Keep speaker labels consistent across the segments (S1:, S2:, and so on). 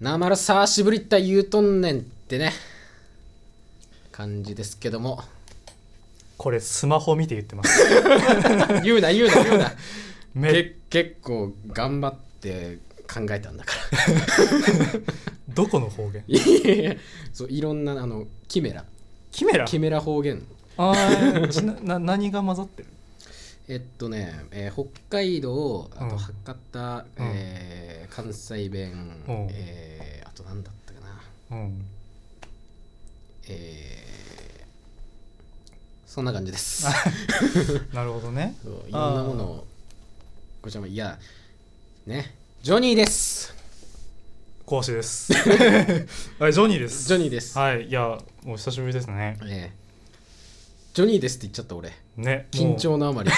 S1: なまるさしぶりった言うとんねんってね感じですけども
S2: これスマホ見て言ってます
S1: 言うな言うな言う な
S2: め
S1: け結構頑張って考えたんだから
S2: どこの方言
S1: いやいや そういろんなあのキメラ
S2: キメラ
S1: キメラ方言
S2: あ ーちなな何が混ざってる
S1: えっとね、えー北海道あ
S2: う
S1: と
S2: ん
S1: 博多、えー関西弁、
S2: うん
S1: えーあと何だったかな
S2: うん
S1: えーそんな感じ です
S2: なるほどね
S1: そういろんなものをごちゃもいやねジョニーです
S2: 講師です はいジョニーです
S1: ジョニーです、
S2: はいいやもう久しぶりですね
S1: えージョニーですって言っちゃった俺
S2: ねも
S1: 緊
S2: う
S1: 張のあまり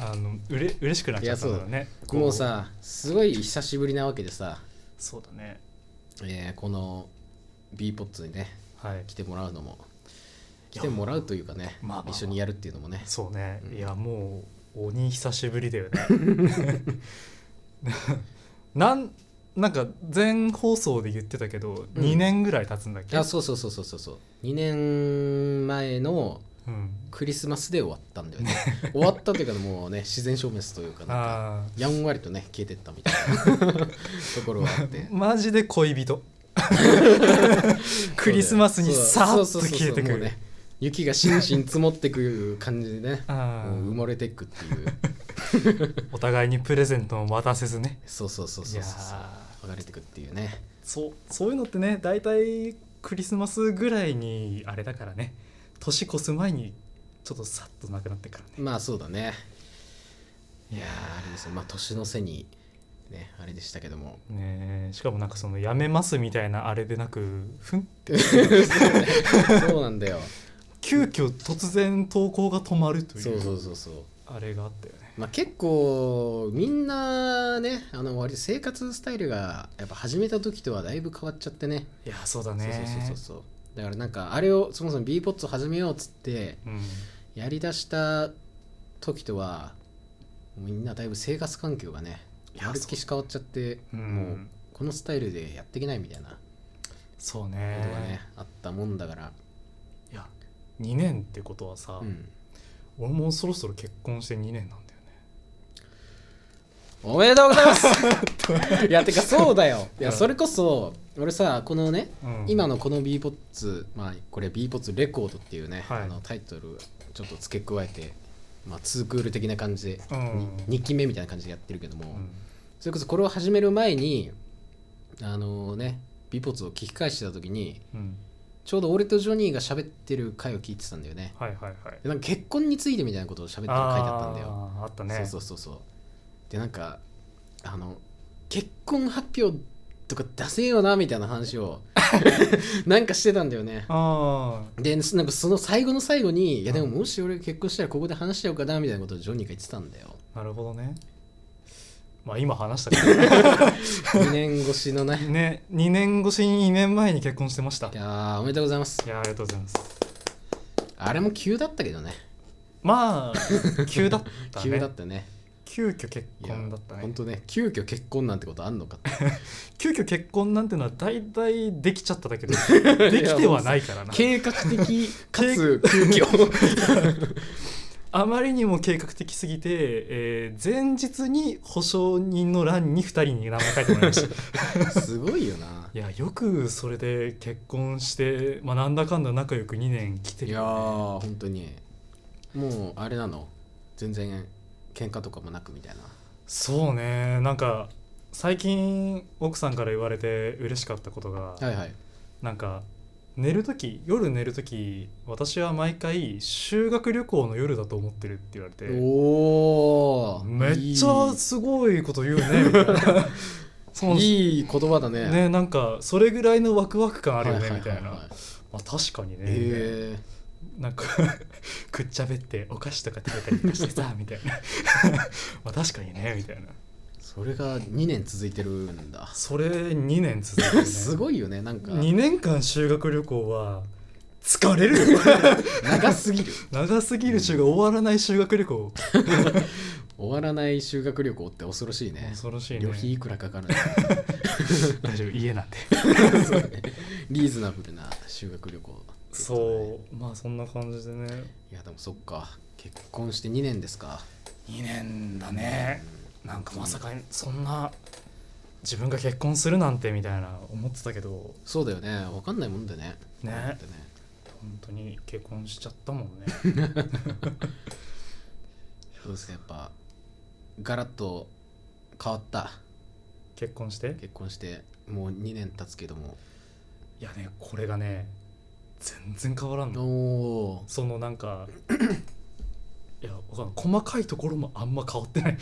S2: あのうれ嬉しくなっちゃったんだろうねこ
S1: もうさすごい久しぶりなわけでさ、
S2: そうだね
S1: えーこの B ポッツにね
S2: はい
S1: 来てもらうのも来てもらうというかね、
S2: まあまあまあ
S1: 一緒にやるっていうのもね
S2: そうね、いやもう鬼久しぶ りだよねなんなんか前放送で言ってたけど、
S1: うん
S2: 2年ぐらい経つんだっけ
S1: あそうそうそうそうそうそう2年前の
S2: うん、
S1: クリスマスで終わったんだよ ね終わったというかもうね自然消滅というかなんか
S2: あ
S1: やんわりとね消えてったみたい なところはあって
S2: ーマジで恋 人クリスマスにさーっ
S1: そう
S2: と
S1: そうそうそう
S2: 消えてく
S1: もう
S2: る
S1: ね雪がしんしん積もってく感じでね
S2: あー
S1: もう埋もれてくっていう
S2: お互いにプレゼントを渡せずね
S1: そうそうそう
S2: い
S1: そう
S2: や
S1: そう
S2: ー
S1: 剥がれてくっていうね
S2: そうそういうのってね大体クリスマスぐらいにあれだからね年越す前にちょっとさっとなくなってからね
S1: まあそうだねい
S2: い
S1: や
S2: やー
S1: ーあれですよまあ年の瀬にねあれでしたけども
S2: ねえしかもなんかその「やめます」みたいなあれでなくふん
S1: そうなん だよ
S2: 急遽突然投稿が止まるという
S1: そうそうそうそう
S2: あれがあったよね
S1: まあ結構みんなねあの割と生活スタイルがやっぱ始めた時とはだいぶ変わっちゃってね
S2: いやそうだ
S1: そうそう
S2: ね
S1: そうそうそうだからなんかあれをそもそも b ポッツを始めようっつって
S2: うん
S1: やりだした時とはもうみんなだいぶ生活環境がね
S2: いや
S1: まるっきし変わっちゃって
S2: そううん
S1: もうこのスタイルでやっていけないみたいなこ
S2: そう
S1: と
S2: ね
S1: がね、あったもんだから、
S2: いや2年ってことはさ、
S1: うん、
S2: 俺もそろそろ結婚して2年なんだよね
S1: おめでとうございます いやてかそうだよいや
S2: うん
S1: それこそ俺さこのね、
S2: うん
S1: 今のこの b ポッツまあこれ b ポッツレコードっていうね、
S2: はい
S1: あのタイトルちょっと付け加えてまあツークール的な感じで
S2: うん
S1: 2期目みたいな感じでやってるけども、
S2: うん
S1: それこそこれを始める前にあのねビポツを聞き返してた時に
S2: うん
S1: ちょうど俺とジョニーが喋ってる回を聞いてたんだよね
S2: はいはいはい
S1: でなんか結婚についてみたいなことを喋ってる回だったんだよ、
S2: あーあったね
S1: そうそうそうそうでなんかあの結婚発表とか出せよなみたいな話 をなんかしてたんだよね
S2: ああ
S1: でなんかその最後の最後にいやでも
S2: うん
S1: もし俺が結婚したらここで話しちゃおうかなみたいなことをジョニーが言ってたんだよ
S2: なるほどねまあ今話したけど ね
S1: 2年越しのね
S2: ね2年越しに2年前に結婚してました
S1: いやーおめでとうございます
S2: いやありがとうございます
S1: あれも急だったけどね。
S2: まあ急だった ね
S1: 急だったね。
S2: 急遽結
S1: いや
S2: 婚だったね
S1: 本当ね、急遽結婚なんてことあんのかって。
S2: 急遽結婚なんてのは大体できちゃっただ けでできてはないからな
S1: 計画 的かつ急遽。
S2: あまりにも計画的すぎて、えー前日に保証人の欄に2人に名前書いてもらいました い
S1: すごいよ な。
S2: やよくそれで結婚して、まあ、なんだかんだ仲良く2年来て
S1: い
S2: る
S1: や
S2: よね
S1: ー、本当に。もう、あれなの全然、喧嘩とかもなくみたいな。
S2: そうねなんか最近奥さんから言われて嬉しかったことが、
S1: はいはい。
S2: なんか寝る時夜寝る時私は毎回修学旅行の夜だと思ってるって言われて
S1: おー。
S2: めっちゃすごいこと言うねみたいな そう
S1: いいいい言葉だね。
S2: ねなんかそれぐらいのワクワク感あるよねみたいな
S1: はははは
S2: まあ確かにねみたいな
S1: へ
S2: なんか くっちゃべってお菓子とか食べたりとかして さみたいな まあ確かにねみたいな
S1: ーそれが2年続いてるんだ。
S2: それ2年続いてるね
S1: すごいよね、なんか。
S2: 2年間修学旅行は疲れるよ
S1: 長すぎる。
S2: 長すぎる週が終わらない修学旅行
S1: 終終わらない修学旅行って恐ろしいね
S2: 恐ろしいね
S1: 旅費いくらかか るの
S2: 大丈夫 家なんで
S1: そうねリーズナブルな修学旅行
S2: そうまあそんな感じでね
S1: いやでもそっか結婚して2年ですか
S2: 2年だねなんかまさかそんな自分が結婚するなんてみたいな思ってたけど
S1: そうだよね分かんないもんでね
S2: ね
S1: だってね
S2: 本当に結婚しちゃったもん ね
S1: どうですかやっぱガラッと変わった
S2: 結婚して
S1: 結婚してもう2年経つけども
S2: いやねこれがね全然変わらんの
S1: おー
S2: そのな んかいやわかんない細かいところもあんま変わってない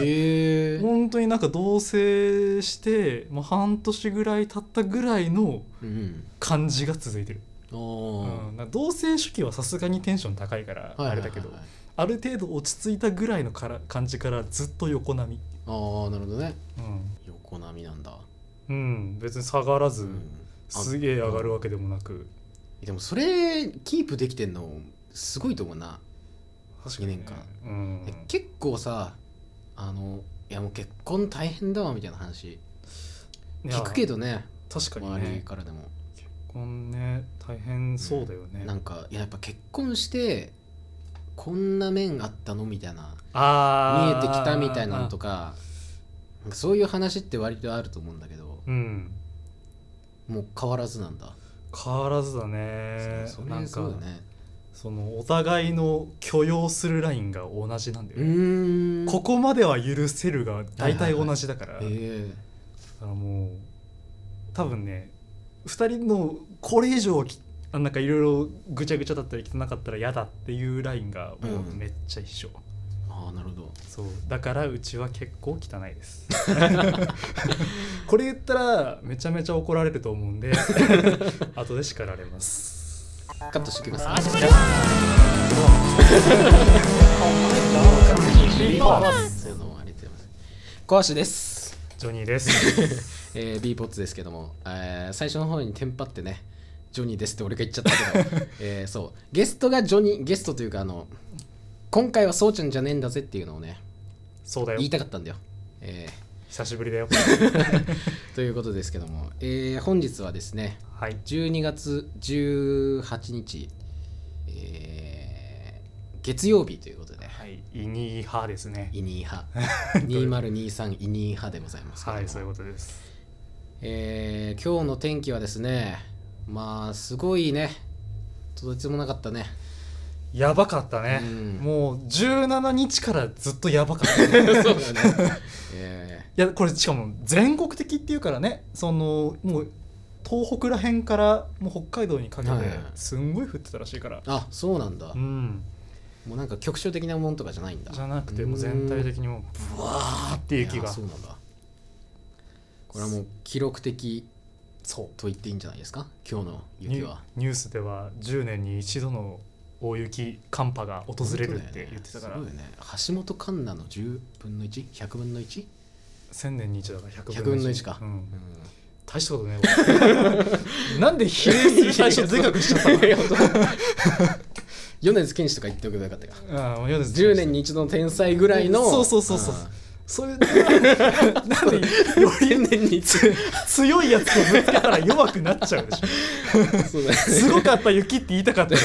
S1: へえー
S2: 本当になんか同棲して、まあ、半年ぐらい経ったぐらいの
S1: うん
S2: 感じが続いてる、
S1: お
S2: う
S1: ー
S2: ん、なんか同棲初期はさすがにテンション高いから
S1: はい
S2: あ
S1: はいはいはい
S2: れだけど、ある程度落ち着いたぐらいのから感じからずっと横並み
S1: ああなるほどね
S2: うん、
S1: 横並みなんだ、
S2: うん、別に下がらず、
S1: うんあ
S2: すげえ上がるわけでもなく
S1: でもそれキープできてんのすごいと思うな、
S2: 確かにね
S1: 2年間
S2: うん
S1: え、結構さあのいやもう結婚大変だわみたいな話聞くけ
S2: ど
S1: どね
S2: 確かに
S1: 周り
S2: ね
S1: からでも、
S2: 結婚ね大変そうだよね、
S1: なんかいややっぱ結婚してこんな面あったのみたいな見え
S2: あ
S1: て
S2: ー
S1: きたみたいなのとかなんかそういう話って割とあると思うんだけど
S2: うん
S1: もう変わらずなんだ、
S2: 変わらずだね
S1: そ
S2: な
S1: れ
S2: ん
S1: そうだ
S2: か
S1: よね
S2: そのお互いの許容するラインが同じなんだ
S1: う
S2: よね、
S1: ーん
S2: ここまでは許せるが大体同じだから、
S1: え
S2: だからもう多分ね2人のこれ以上きあなんかいろいろぐちゃぐちゃだったり汚かったら嫌だっていうラインがもうめっちゃ一緒、
S1: ー、ああなるほど
S2: そうだからうちは結構汚いです これ言ったらめちゃめちゃ怒られると思うん で後で叱られます
S1: カットしてきますリボスそういうのもありがとうございますコアシです
S2: ジョニーです
S1: えー、B ポッツですけども、えー最初の方にテンパってねジョニーですって俺が言っちゃ ったけど、えーそうゲストがジョニーゲストというかあの今回はそうちゃんじゃねえんだぜっていうのをね
S2: そうだよ
S1: 言いたかったんだよ、え
S2: 久しぶりだよ
S1: ーということですけども、えー本日はですね
S2: はい
S1: 12月18日、えー月曜日ということで
S2: はいイニー派ですね
S1: イニー 派2023イニー派でございますけども
S2: はいそういうことです
S1: えー今日の天気はですねまあすごいねとてつもなかった ね
S2: やばかったね、
S1: うん
S2: もう17日からずっとやばかった、ね、い
S1: そう だね、え
S2: やこれしかも全国的っていうからねそのもう東北ら辺からもう北海道にかけて
S1: はいはい
S2: すんごい降ってたらしいから、
S1: ーあそうなんだ
S2: うん
S1: もうなんか局所的なもんとかじゃないんだ
S2: じゃなくてもう全体的にもうブワーって雪
S1: いや
S2: が
S1: そ
S2: そう
S1: うなんだこれはもう記録的と言っていいんじゃないですか今日の雪
S2: ニュ
S1: は
S2: ニュースでは10年に一度の大雪寒波が訪れるって言ってたから、
S1: そうだよね橋本環奈の10分の1100分の 1?100
S2: 1000年に一度だから100
S1: 分の1か、
S2: う
S1: うんん
S2: 大したことねえわ なんで比例 する最初でかくしちゃったの
S1: いや本当 米津玄師とか言っておけばよかったか
S2: ああ、もう嫌です。
S1: 10年に一度の天才ぐらいの
S2: そうそうそうそう。そういう、なんで、よ
S1: 10
S2: り
S1: 年に一
S2: 強いやつをぶつけたら弱くなっちゃうで しょ。
S1: 度そうだね
S2: すごかった雪って言いたかったよ。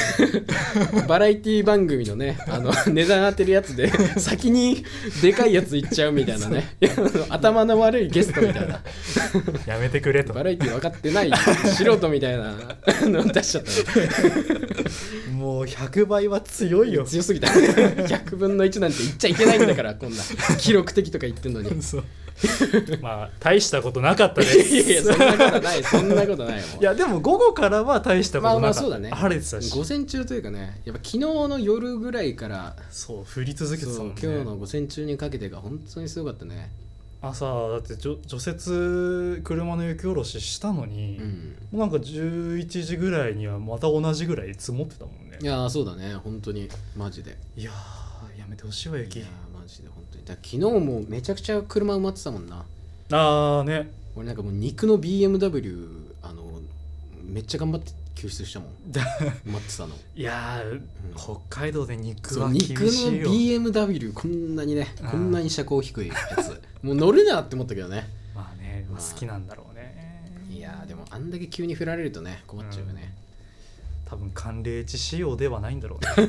S1: バラエティ番組のねあの値段当てるやつで先にでかいやついっちゃうみたいなね頭の悪いゲストみたいな
S2: やめてくれと。
S1: バラエティ分かってない素人みたいなの出しちゃったね
S2: もう100倍は強いよ。
S1: 強すぎた100分の1なんて言っちゃいけないんだからこんな記録的とか言ってんのに
S2: そう。まあ、大したことなかったで
S1: いやいや
S2: す。
S1: そんなことないそんなことないもん
S2: いや、でも午後からは大したこ
S1: まあ
S2: と
S1: ま
S2: な
S1: あ
S2: か
S1: そう
S2: っ
S1: だね
S2: た。晴れてたし。
S1: 午前中というかねやっぱ昨日の夜ぐらいから
S2: そう、降り続けてた
S1: そう
S2: もん
S1: 今
S2: ね。
S1: 日の午前中にかけてが本当にすごかったね
S2: 朝、だってじょ除雪、車の雪下ろししたのに、
S1: うん
S2: もうなんか11時ぐらいにはまた同じぐらい積もってたもんね
S1: いやーそうだね本当にマジで
S2: いやーやめてほしいわ
S1: い
S2: 雪
S1: やーマジで本当にだから昨日もめちゃくちゃ車埋まってたもんな
S2: あーね
S1: 俺なんかもう肉の BMW あのめっちゃ頑張って救出 したもん
S2: だ
S1: 待って たの
S2: いやー、
S1: ん
S2: 北海道で肉
S1: そう
S2: は
S1: 肉の
S2: 厳しいよ
S1: BMW こんなにね
S2: うん
S1: こんなに車高低いやつもう乗るなって思ったけどね
S2: まあね、まあ、
S1: まあ
S2: 好きなんだろうね
S1: いやーでもあんだけ急に振られるとね困っちゃうよね、
S2: 多分寒冷地仕様ではないんだろうね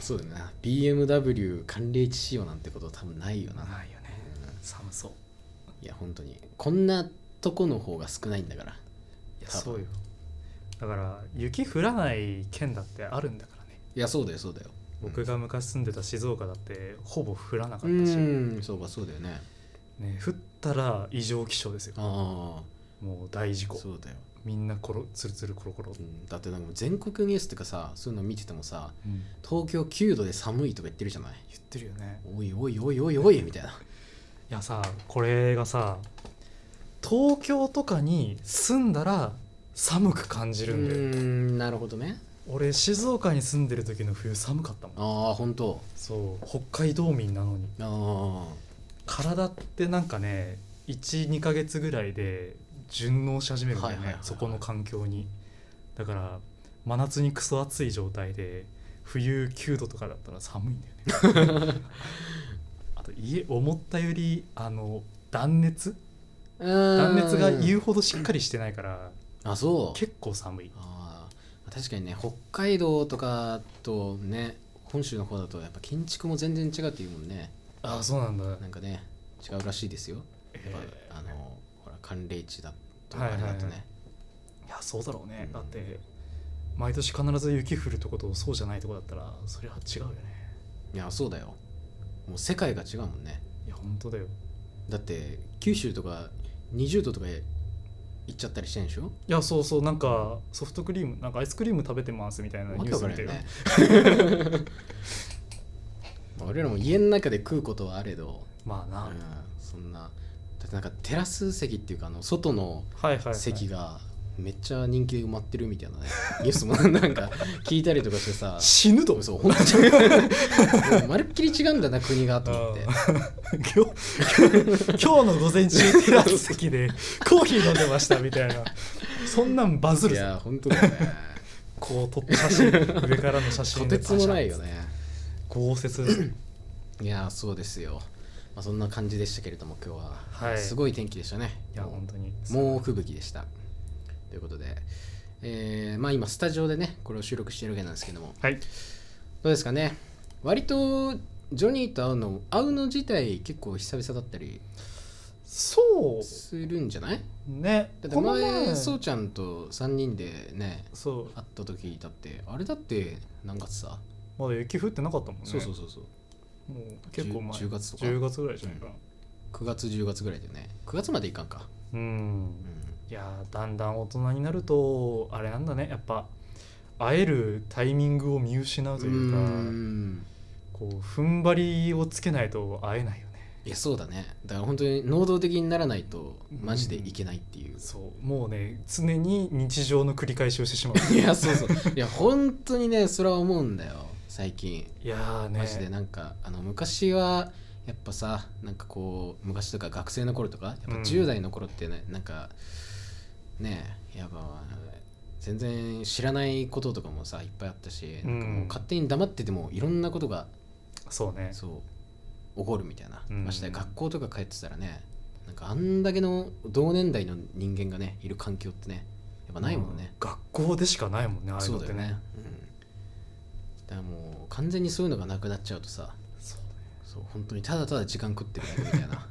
S1: そうだよな BMW 寒冷地仕様なんてこと多分ないよな、
S2: ないよね寒そう
S1: いや本当にこんなとこの方が少ないんだから
S2: いや
S1: 多分
S2: そうよだから雪降らない県だってあるんだからね
S1: いやそうだよそうだよ
S2: 僕が昔住んでた静岡だってほぼ降らなか
S1: う
S2: ったし、
S1: んそうかそうだよね
S2: ね、降ったら異常気象ですよ
S1: あ
S2: もう大事
S1: あ
S2: 故
S1: そうだよ、
S2: みんなコロツルツルコロコロ
S1: う、ん、だってなんかもう全国ニュースとかさそういうの見ててもさ東京9度で寒いとか言ってるじゃない
S2: 言ってるよね
S1: おいおいおいおいおいみたいない
S2: やさこれがさ東京とかに住んだら寒く感じ
S1: う
S2: るんだよ、
S1: んなるほどね
S2: 俺静岡に住んでる時の冬寒かったもん
S1: ああ本当
S2: そう北海道民なのに
S1: あ
S2: 体ってなんかね12ヶ月ぐらいで順応し始めるんだよね、
S1: はいはいはいはい
S2: そこの環境にだから真夏にクソ暑い状態で冬9度とかだったら寒いんだよね あと家思ったよりあの断熱
S1: あ断
S2: 断熱が言
S1: う
S2: うほどしっかりしてないから
S1: あそう
S2: 結構寒い
S1: あー確かにね北海道とかとね本州の方だとやっぱ建築も全然違うっていうもんね
S2: ああそうなんだ、
S1: なんかね違うらしいですよ
S2: え
S1: やっ
S2: ー
S1: ぱあのほら寒冷地だと
S2: は
S1: あ
S2: いは
S1: れ
S2: いはい
S1: だとね
S2: いやそうだろうね、
S1: うん
S2: だって毎年必ず雪降るとことそうじゃないとこだったらそりゃ違うよね
S1: いやそうだよもう世界が違うもんね
S2: いや本当だよ
S1: だって九州とか20度とか行っちゃったりしてんでしょ
S2: いやそうそうなんかソフトクリームなんかアイスクリーム食べてますみたいなニ
S1: わ
S2: ュ
S1: け
S2: ー
S1: わ
S2: ス
S1: か
S2: 見
S1: らな
S2: て
S1: い
S2: る
S1: よね 俺らも家の中で食うことはあれど、
S2: まあ
S1: う
S2: な、
S1: ん、そんなだってなんかテラス席っていうかあの外の
S2: はいはい、はい、
S1: 席がめっちゃ人気で埋まってるみたいなね ニュースもなんか聞いたりとかしてさ
S2: 死ぬと
S1: そう本当にもうまるっきり違うんだな国がと思って
S2: あ今日今日今日の午前中テラス席でコーヒー飲んでましたみたいなそんなんバズる
S1: い
S2: ぞ
S1: や本当だよね
S2: こう撮った写真上からの写
S1: と
S2: 真
S1: てつもない
S2: パ
S1: よね
S2: シャッ豪 雪
S1: いやそうですよ、まあ、そんな感じでしたけれども今日は、
S2: はい
S1: すごい天気でしたね
S2: いや本当に
S1: 猛吹雪でした。ということで、えーまあ、今、スタジオでね、これを収録しているわけなんですけども、
S2: はい
S1: どうですかね、割とジョニーと会うの、会うの自体、結構久々だったり
S2: そ
S1: するんじゃないう
S2: ね
S1: だって前、そううちゃんと3人でね、
S2: そう
S1: 会った時だって、あれだって何月さ、
S2: まだ雪降ってなかったもんね
S1: そうそうそうそう、
S2: もう結構前
S1: 10 10月とか
S2: 10月ぐらいじゃないかな
S1: 9月、10月ぐらいだよね、9月までいかんか。
S2: うん
S1: うん
S2: いやーだんだん大人になるとあれなんだねやっぱ会えるタイミングを見失うというか
S1: うーん
S2: こう踏ん張りをつけないと会えないよね
S1: いやそうだねだから本当に能動的にならないとマジでいけないっていう、
S2: そうもうね常に日常の繰り返しをして しまう
S1: いやそうそういや本当にねそれは思うんだよ最近
S2: いやーね
S1: マジでなんか、あの昔はやっぱさなんかこう昔とか学生の頃とかやっぱ
S2: うん
S1: 10代の頃ってね、なんかねえやっぱ全然知らないこととかもさいっぱいあったし、なんかもう勝手に黙っててもいろんなことが
S2: そうね
S1: そう起こるみたいな、
S2: うん
S1: ましてや学校とか帰ってたらねなんかあんだけの同年代の人間がねいる環境ってねやっぱないもんね、
S2: う学校でしかないもんねああいう
S1: そ
S2: の
S1: う
S2: っ
S1: だよ
S2: て
S1: ね、うん、だからもう完全にそういうのがなくなっちゃうとさ
S2: そうね
S1: そう本当にただただ時間食ってるだけみたいな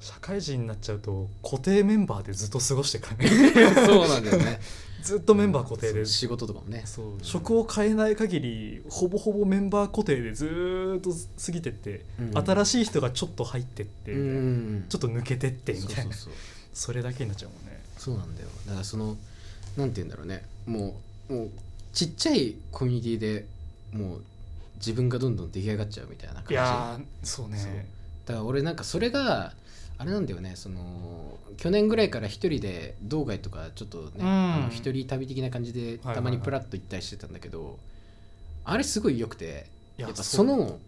S2: 社会人になっちゃうと固定メンバーでずっと過ごしてか らね
S1: そうなんだよね
S2: ずっとメンバー固定で
S1: そう仕事とかもね
S2: そう、
S1: ん
S2: 職を変えない限りほぼほぼメンバー固定でずーっと過ぎてって、
S1: うん
S2: 新しい人がちょっと入ってって、
S1: うん
S2: ちょっと抜けてってみたいなそ
S1: そうそうそう
S2: れだけになっちゃうもんね
S1: そうなんだよだからそのなんて言うんだろうねもうもうちっちゃいコミュニティでもう自分がどんどん出来上がっちゃうみたいな感
S2: い
S1: じだか
S2: やーそうね
S1: そうら俺なんかそれがあれなんだよねその去年ぐらいから一人で道外とかちょっとね、
S2: うん
S1: あの一人旅的な感じで
S2: はい
S1: たまにプラッと行ったりしてたんだけど、あれすごい良くて
S2: いや
S1: やっぱ
S2: そ
S1: そうの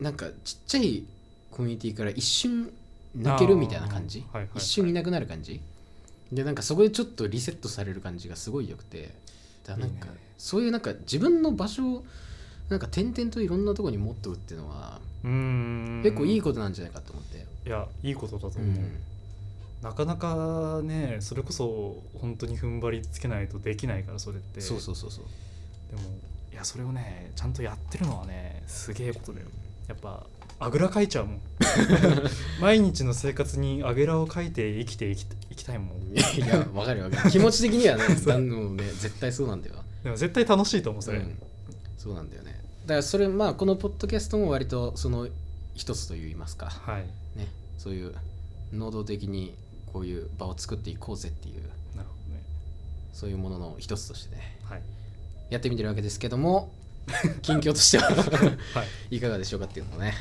S1: なんかちっちゃいコミュニティから一瞬抜けるみたいな感じ、
S2: あーはいはいはい
S1: 一瞬いなくなる感じでなんかそこでちょっとリセットされる感じがすごい良くてだなんか
S2: いいね
S1: そういうなんか自分の場所をなんか点々といろんなところに持っておくっていうのは
S2: うーん
S1: 結構いいことなんじゃないかと思って、
S2: いやいいことだと
S1: う
S2: 思う、
S1: ん
S2: なかなかねそれこそ本当に踏ん張りつけないとできないからそれって
S1: そうそうそうそう
S2: でもいやそれをねちゃんとやってるのはねすげえことだよやっぱあぐらかいちゃうもん 毎日の生活にあぐらをかいて生きていきいきたいもん
S1: いやわかるわ かる気持ち的にはねなんでもね絶対そうなんだよ
S2: でも絶対楽しいと思うそれ、
S1: うん、そうなんだよねだからそれまあこのポッドキャストも割とその一つといいますか
S2: はい
S1: ねそういう能動的にこういう場を作っていこうぜっていう
S2: なるほどね
S1: そういうものの一つとしてね
S2: はい
S1: やってみてるわけですけども 近況としては
S2: はい
S1: いかがでしょうかっていうのをね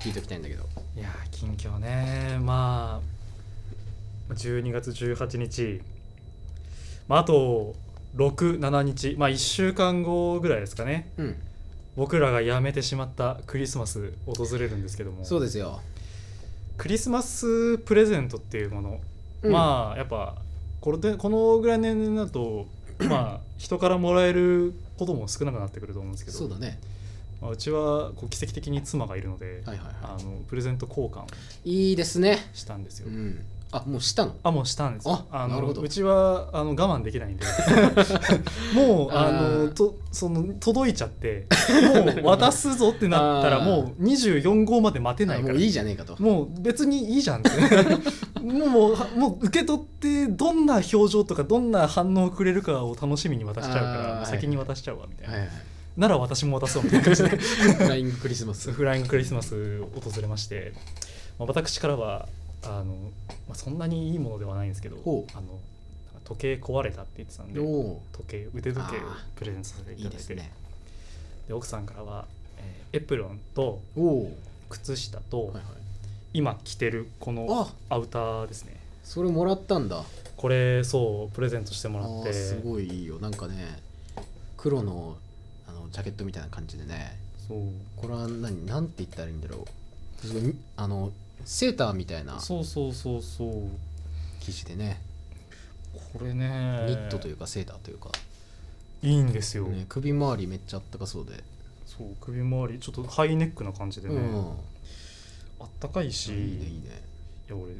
S1: 聞いておきたいんだけど
S2: いやー近況ねまあ12月18日まああと67日まあ1週間後ぐらいですかね
S1: うん
S2: 僕らが辞めてしまったクリスマス訪れるんですけども
S1: そうですよ、
S2: クリスマスプレゼントっていうもの、
S1: うん
S2: まあやっぱこれでこのぐらいの年齢にな るとまあ人からもらえることも少なくなってくると思うんですけど
S1: そうだね
S2: まあ、うちはこう奇跡的に妻がいるので、
S1: はいはいは
S2: あのプレゼント交換を
S1: いいいですね
S2: したんですよ、
S1: うんあもうしたの
S2: あもうしたんですよ
S1: あ
S2: の
S1: なるほど
S2: うちはあの我慢できないんで もうあ
S1: あ
S2: の
S1: ー
S2: とその届いちゃってもう渡すぞってなったら
S1: あー
S2: もう24号まで待てな
S1: あ
S2: い
S1: も
S2: から
S1: ういいじゃねえかと
S2: もう別にいいじゃんって もうはもう受け取ってどんな表情とかどんな反応をくれるかを楽しみに渡しちゃうか
S1: あ
S2: ら
S1: ー
S2: 先に渡しちゃうわみたいな、
S1: はいはい
S2: なら私も渡そうみたいな感 じで
S1: フ ライングクリスマ ス
S2: フライングクリスマスを訪れまして、まあ、私からはあの、まあ、そんなにいいものではないんですけど
S1: ほ
S2: あのなんか時計壊れたって言ってたんで
S1: おお
S2: 時計腕時計を
S1: あ
S2: プレゼントさせてい
S1: いい
S2: ただ
S1: で
S2: い
S1: す
S2: て
S1: ね
S2: で奥さんからは、えーエプロンと
S1: おお
S2: 靴下
S1: は
S2: と、
S1: いはい
S2: 今着てるこの
S1: あ
S2: アウターですね
S1: それもらったんだ
S2: これそうプレゼントしても
S1: あ
S2: らっ
S1: ー
S2: て
S1: すごいいいよなんかね黒のあのジャケットみたいな感じでね
S2: そう
S1: これは何なんて言ったらいいんだろうすごいにあのセーターみたいな
S2: そうそうそうそう
S1: 生地でね、
S2: これね
S1: ニットというかセーターというか、
S2: いいんですよ、
S1: ね、首周りめっちゃあったかそうで、
S2: そう首周りちょっとハイネックな感じでね、
S1: うん
S2: あったかいし
S1: いいねいいね
S2: いや俺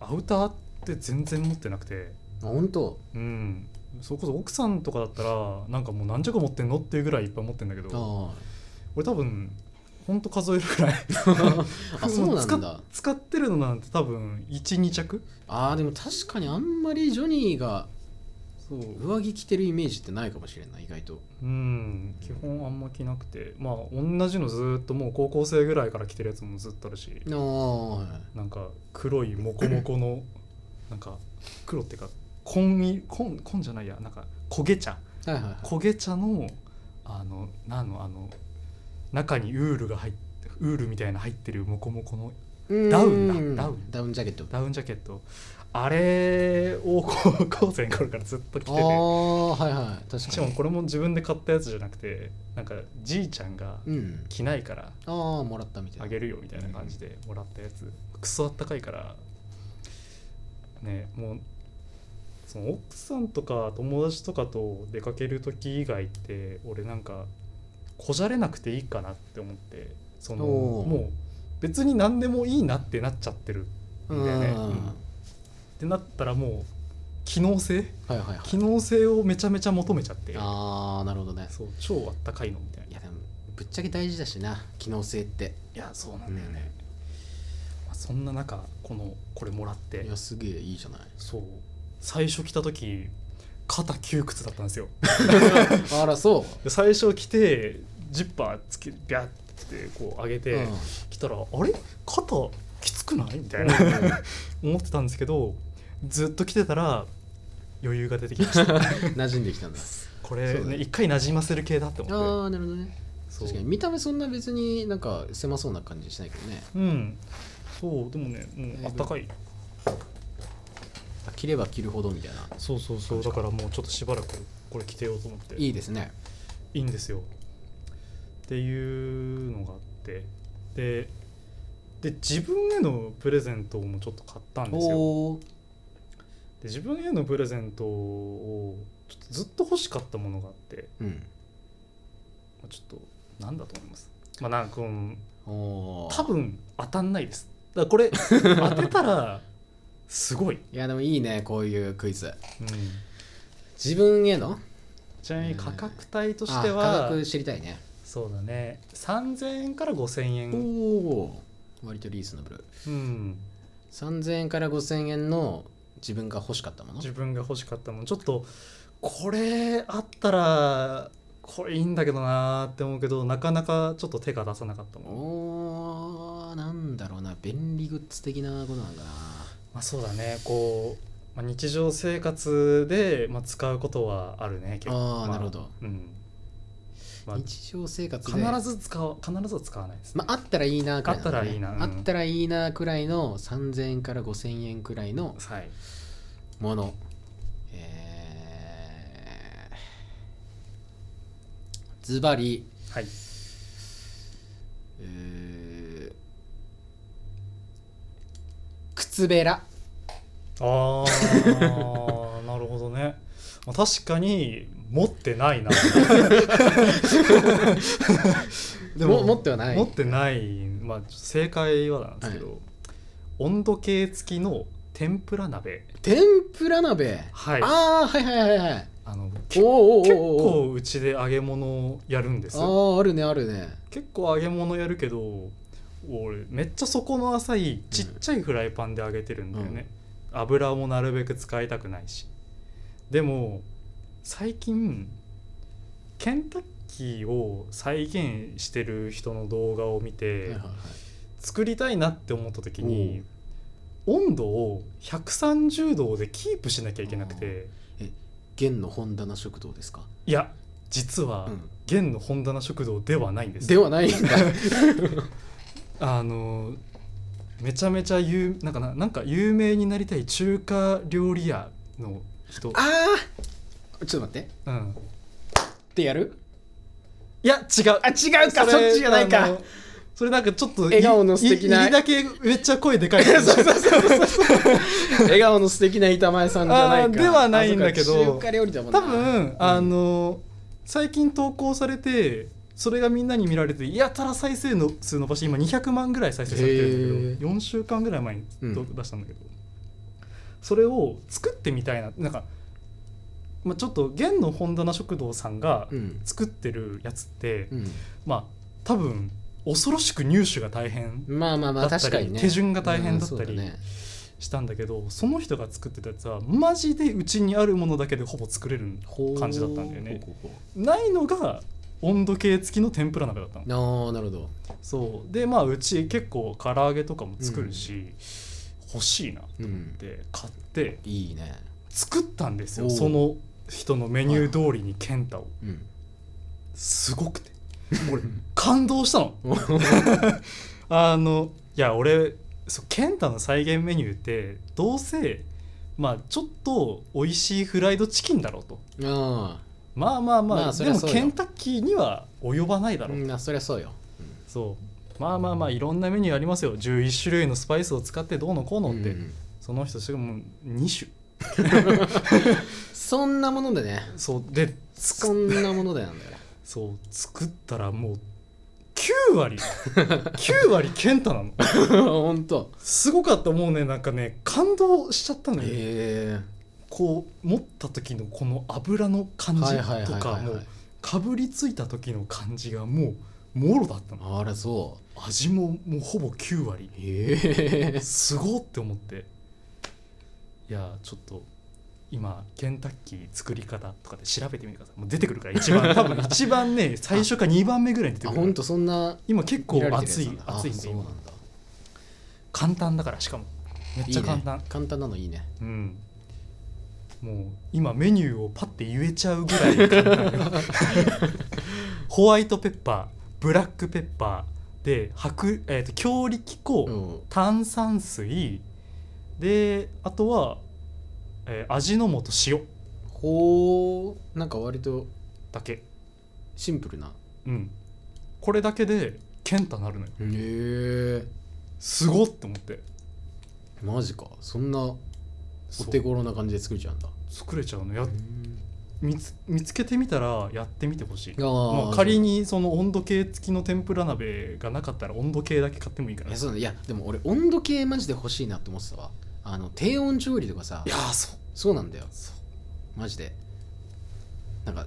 S2: アウターって全然持ってなくて
S1: あ本当
S2: うんそれこそ奥さんとかだったらなんかもう何着持ってんのっていうぐらいいっぱい持ってんだけど
S1: あ
S2: 俺多分ほんと数えるぐらい
S1: ーあそうな
S2: も
S1: ん
S2: 使っ
S1: だ
S2: 使ってるのなんて多分12着
S1: あーでも確かにあんまりジョニーが
S2: そう
S1: 上着着てるイメージってないかもしれんない意外と
S2: うん基本あんま着なくてまあ同じのずーっともう高校生ぐらいから着てるやつもずっとあるし
S1: あー
S2: なんか黒いモコモコの なんか黒っていうか紺い紺紺じゃないやなんか焦げ茶
S1: はいはいはい
S2: 焦げ茶のあのなんのあの中にウールが入ってウールみたいな入ってるモコモコのダウンだ
S1: うーん
S2: ダウン
S1: ダウンジャケット
S2: ダウンジャケットあれを高校生の頃からずっと着て
S1: あ
S2: て
S1: あはいはい確
S2: し
S1: か
S2: かも
S1: に
S2: これも自分で買ったやつじゃなくてなんかじいちゃんが
S1: うん
S2: 着ないから
S1: ああもらったみたいな
S2: あげるよみたいな感じでもらったやつクソあったかいからねもうその奥さんとか友達とかと出かける時以外って俺なんかこじゃれなくていいかなって思ってその
S1: おー
S2: もう別に何でもいいなってなっちゃってるんだよね。
S1: うん
S2: うんってなったらもう機能 性
S1: はいはいはい
S2: 機能性をめちゃめちゃ求めちゃって
S1: ああなるほどね
S2: そう超あったかいのみたいない
S1: いやでもぶっちゃけ大事だしな機能性って
S2: やそうなんだよね、まあ、そんな中このこれもらって
S1: いやすげえいいじゃない
S2: そう最初来た時肩窮屈だったんですよ
S1: あらそ
S2: で最初来てジッパーつけビャッてこう上げ
S1: う、
S2: て、
S1: うん
S2: 来たらあれ肩きつくないみたいな思ってたんですけどずっと来てたら余裕が出てきま した
S1: 馴染んできた んだ
S2: これ
S1: そうだ
S2: ね
S1: ね
S2: 一回なじませる系だって思って
S1: ああなるほどね
S2: そう
S1: 確かに見た目そんな別になんか狭そうな感じしないけどね
S2: うんそうでもねもうあったかい
S1: あ切れば切るほどみたいな
S2: そうそうそうだからもうちょっとしばらくこれ着てようと思って
S1: いいですね
S2: いいんですよっていうのがあってでで自分へのプレゼントもちょっと買ったんですよ
S1: おお
S2: で自分へのプレゼントをちょっとずっと欲しかったものがあって
S1: うん
S2: まあちょっとなんだと思いますまあなんかこの
S1: おー
S2: 多分当たんないですだからこれ 当てたらすごい、
S1: いやでもいいねこういうクイズ
S2: うん
S1: 自分への
S2: ちなみに価格帯
S1: と
S2: として
S1: 価
S2: は
S1: 格知りたいね
S2: そうだね3000円から5000
S1: お
S2: 円
S1: お割とリーズナブル
S2: うん
S1: 3000円から5000円の自分が欲しかったもの
S2: 自分が欲しかったものちょっとこれあったらこれいいんだけどなーって思うけどなかなかちょっと手が出さなかったもん
S1: おーなんだろうな便利グッズ的なことなんかな
S2: まあそうだねこう、まあ、日常生活で、まあ、使うことはあるね結構
S1: あー
S2: ま
S1: なるほど
S2: うんまあ、
S1: 日常生活で
S2: 必ず使う必ずは使わないです、
S1: まあ、あったらいいなくらいのね、
S2: あったらいいなうん
S1: あったらいいなくらいの3000円から5000円くらいの
S2: はい
S1: ものえーズバリ
S2: はい
S1: えー靴べら
S2: ああ なるほどねまあ確かに持ってな いなで
S1: も持ってはない
S2: 持ってない、まあ、ちょっと正解はなんですけど、温度計付きの天ぷら鍋
S1: 天ぷら鍋、
S2: はいあ
S1: ああはいはいはいはい
S2: の
S1: お
S2: け
S1: ーお
S2: 結
S1: ーおーお
S2: 構うちで揚げ物をやるんです
S1: おあああるねあるね
S2: 結構揚げ物やるけど俺めっちゃ底の浅いちっちゃいフライパンで揚げてるんだよね、油もなるべく使いたくないしでも最近ケンタッキーを再現してる人の動画を見て、
S1: はいはいはい
S2: 作りたいなって思った時に温度を130度でキープしなきゃいけなくて
S1: 現の本棚食堂ですか、
S2: いや実は
S1: うん
S2: 現の本棚食堂ではないんです
S1: ではないんだ
S2: あのめちゃめちゃ有なんかななんか有名になりたい中華料理屋の人、
S1: ああちょっと待ってっ
S2: うん、
S1: てや る
S2: いや違う
S1: あ違うか
S2: れ
S1: そっちじゃない
S2: あ
S1: か
S2: のそれなんかちょっと
S1: 笑顔の素敵ない
S2: いだけめっちゃ声 でかいそうそう
S1: 笑顔の素敵な板前さんじゃない
S2: あ
S1: か
S2: ーではないんだけど
S1: あそうか中華料理だもんな
S2: 多分あの最近投稿されてそれがみんなに見られてやたら再生の数伸ばして今200万ぐらい再生されてるんだけど4週間ぐらい前に
S1: うん
S2: 出したんだけど、それを作ってみたいななんか、まあ、ちょっと現の本棚食堂さんが
S1: うん
S2: 作ってるやつって、
S1: うん、
S2: まあ多分恐ろしく入手が大変
S1: まあまあまあ
S2: だった
S1: 確か
S2: り
S1: にね
S2: 手順が大変だったり
S1: うんそうだね
S2: したんだけどその人が作ってたやつはマジでうちにあるものだけでほぼ作れる感じだったんだよね。
S1: ほうほうほ
S2: ないのが温度計付きの天ぷら鍋だったの
S1: うああなるほど
S2: そうでまあうち結構唐揚げとかも作るし、欲しいなと思って買って
S1: いいね
S2: 作ったんですよ、
S1: おう
S2: その人のメニュー通りにケンタを
S1: うん
S2: すごくて俺感動したの あのいや俺そうケンタの再現メニューってどうせまあちょっと美味しいフライドチキンだろうと
S1: あ
S2: まあまあまあ、
S1: まあそ
S2: で
S1: りゃ
S2: も
S1: そうよ
S2: ケンタッキーには及ばないだ
S1: あ
S2: ろうと
S1: うんあそりゃそうよ
S2: そうまあまあまあいろんなメニューありますよ11種類のスパイスを使ってどうのこうのって、
S1: うん
S2: その人しかもう2
S1: そんなものでね
S2: 種そうでつ
S1: そんなものでなんだから
S2: そう作ったらもう9割 9割健太なの
S1: 本当
S2: すごかったもうねなんかね感動しちゃったのよ、
S1: へ
S2: こう持った時のこの油の
S1: え
S2: 感じ
S1: はいはい
S2: と
S1: はい
S2: か
S1: はい
S2: も
S1: は
S2: う
S1: い
S2: かぶりついた時の感じがもうもろだったの
S1: あらそ
S2: 味ももうほぼ9割
S1: うへえ
S2: すごっって思っていやちょっと今ケンタッキー作り方とかで調べてみてくださいもう出てくるから 一番多分一番ね最初か2番目ぐらいに出て
S1: あ
S2: く
S1: ほ
S2: る
S1: ん
S2: から
S1: とそんな
S2: 今結構
S1: 見られてる
S2: 熱い
S1: やつなんだ
S2: 熱いん
S1: あ
S2: で
S1: そうなん
S2: 今
S1: だ
S2: 簡単だからしかもめっちゃ簡単
S1: いいね、簡単なのいいね
S2: うんもう今メニューをパッて言えちゃうぐらい簡単 よホワイトペッパーブラックペッパーで薄、えー、と強力粉、
S1: うん
S2: 炭酸水であとは、えー味の素塩
S1: ほうなんか割と
S2: だけ
S1: シンプルな
S2: うんこれだけでケンタなるのよ
S1: へえ
S2: すごっって思って
S1: マジかそんな
S2: そう
S1: お手頃な感じで作れちゃうんだ
S2: 作れちゃうのや見つ見つけてみたらやってみてほしい
S1: あー
S2: もう仮にその温度計付きの天ぷら鍋がなかったら温度計だけ買ってもいいから
S1: い
S2: ね
S1: やそうだねいやでも俺温度計マジで欲しいなって思ってたわあの低温調理とかさ
S2: いやーそう
S1: そうなんだよ
S2: そう
S1: マジでなんか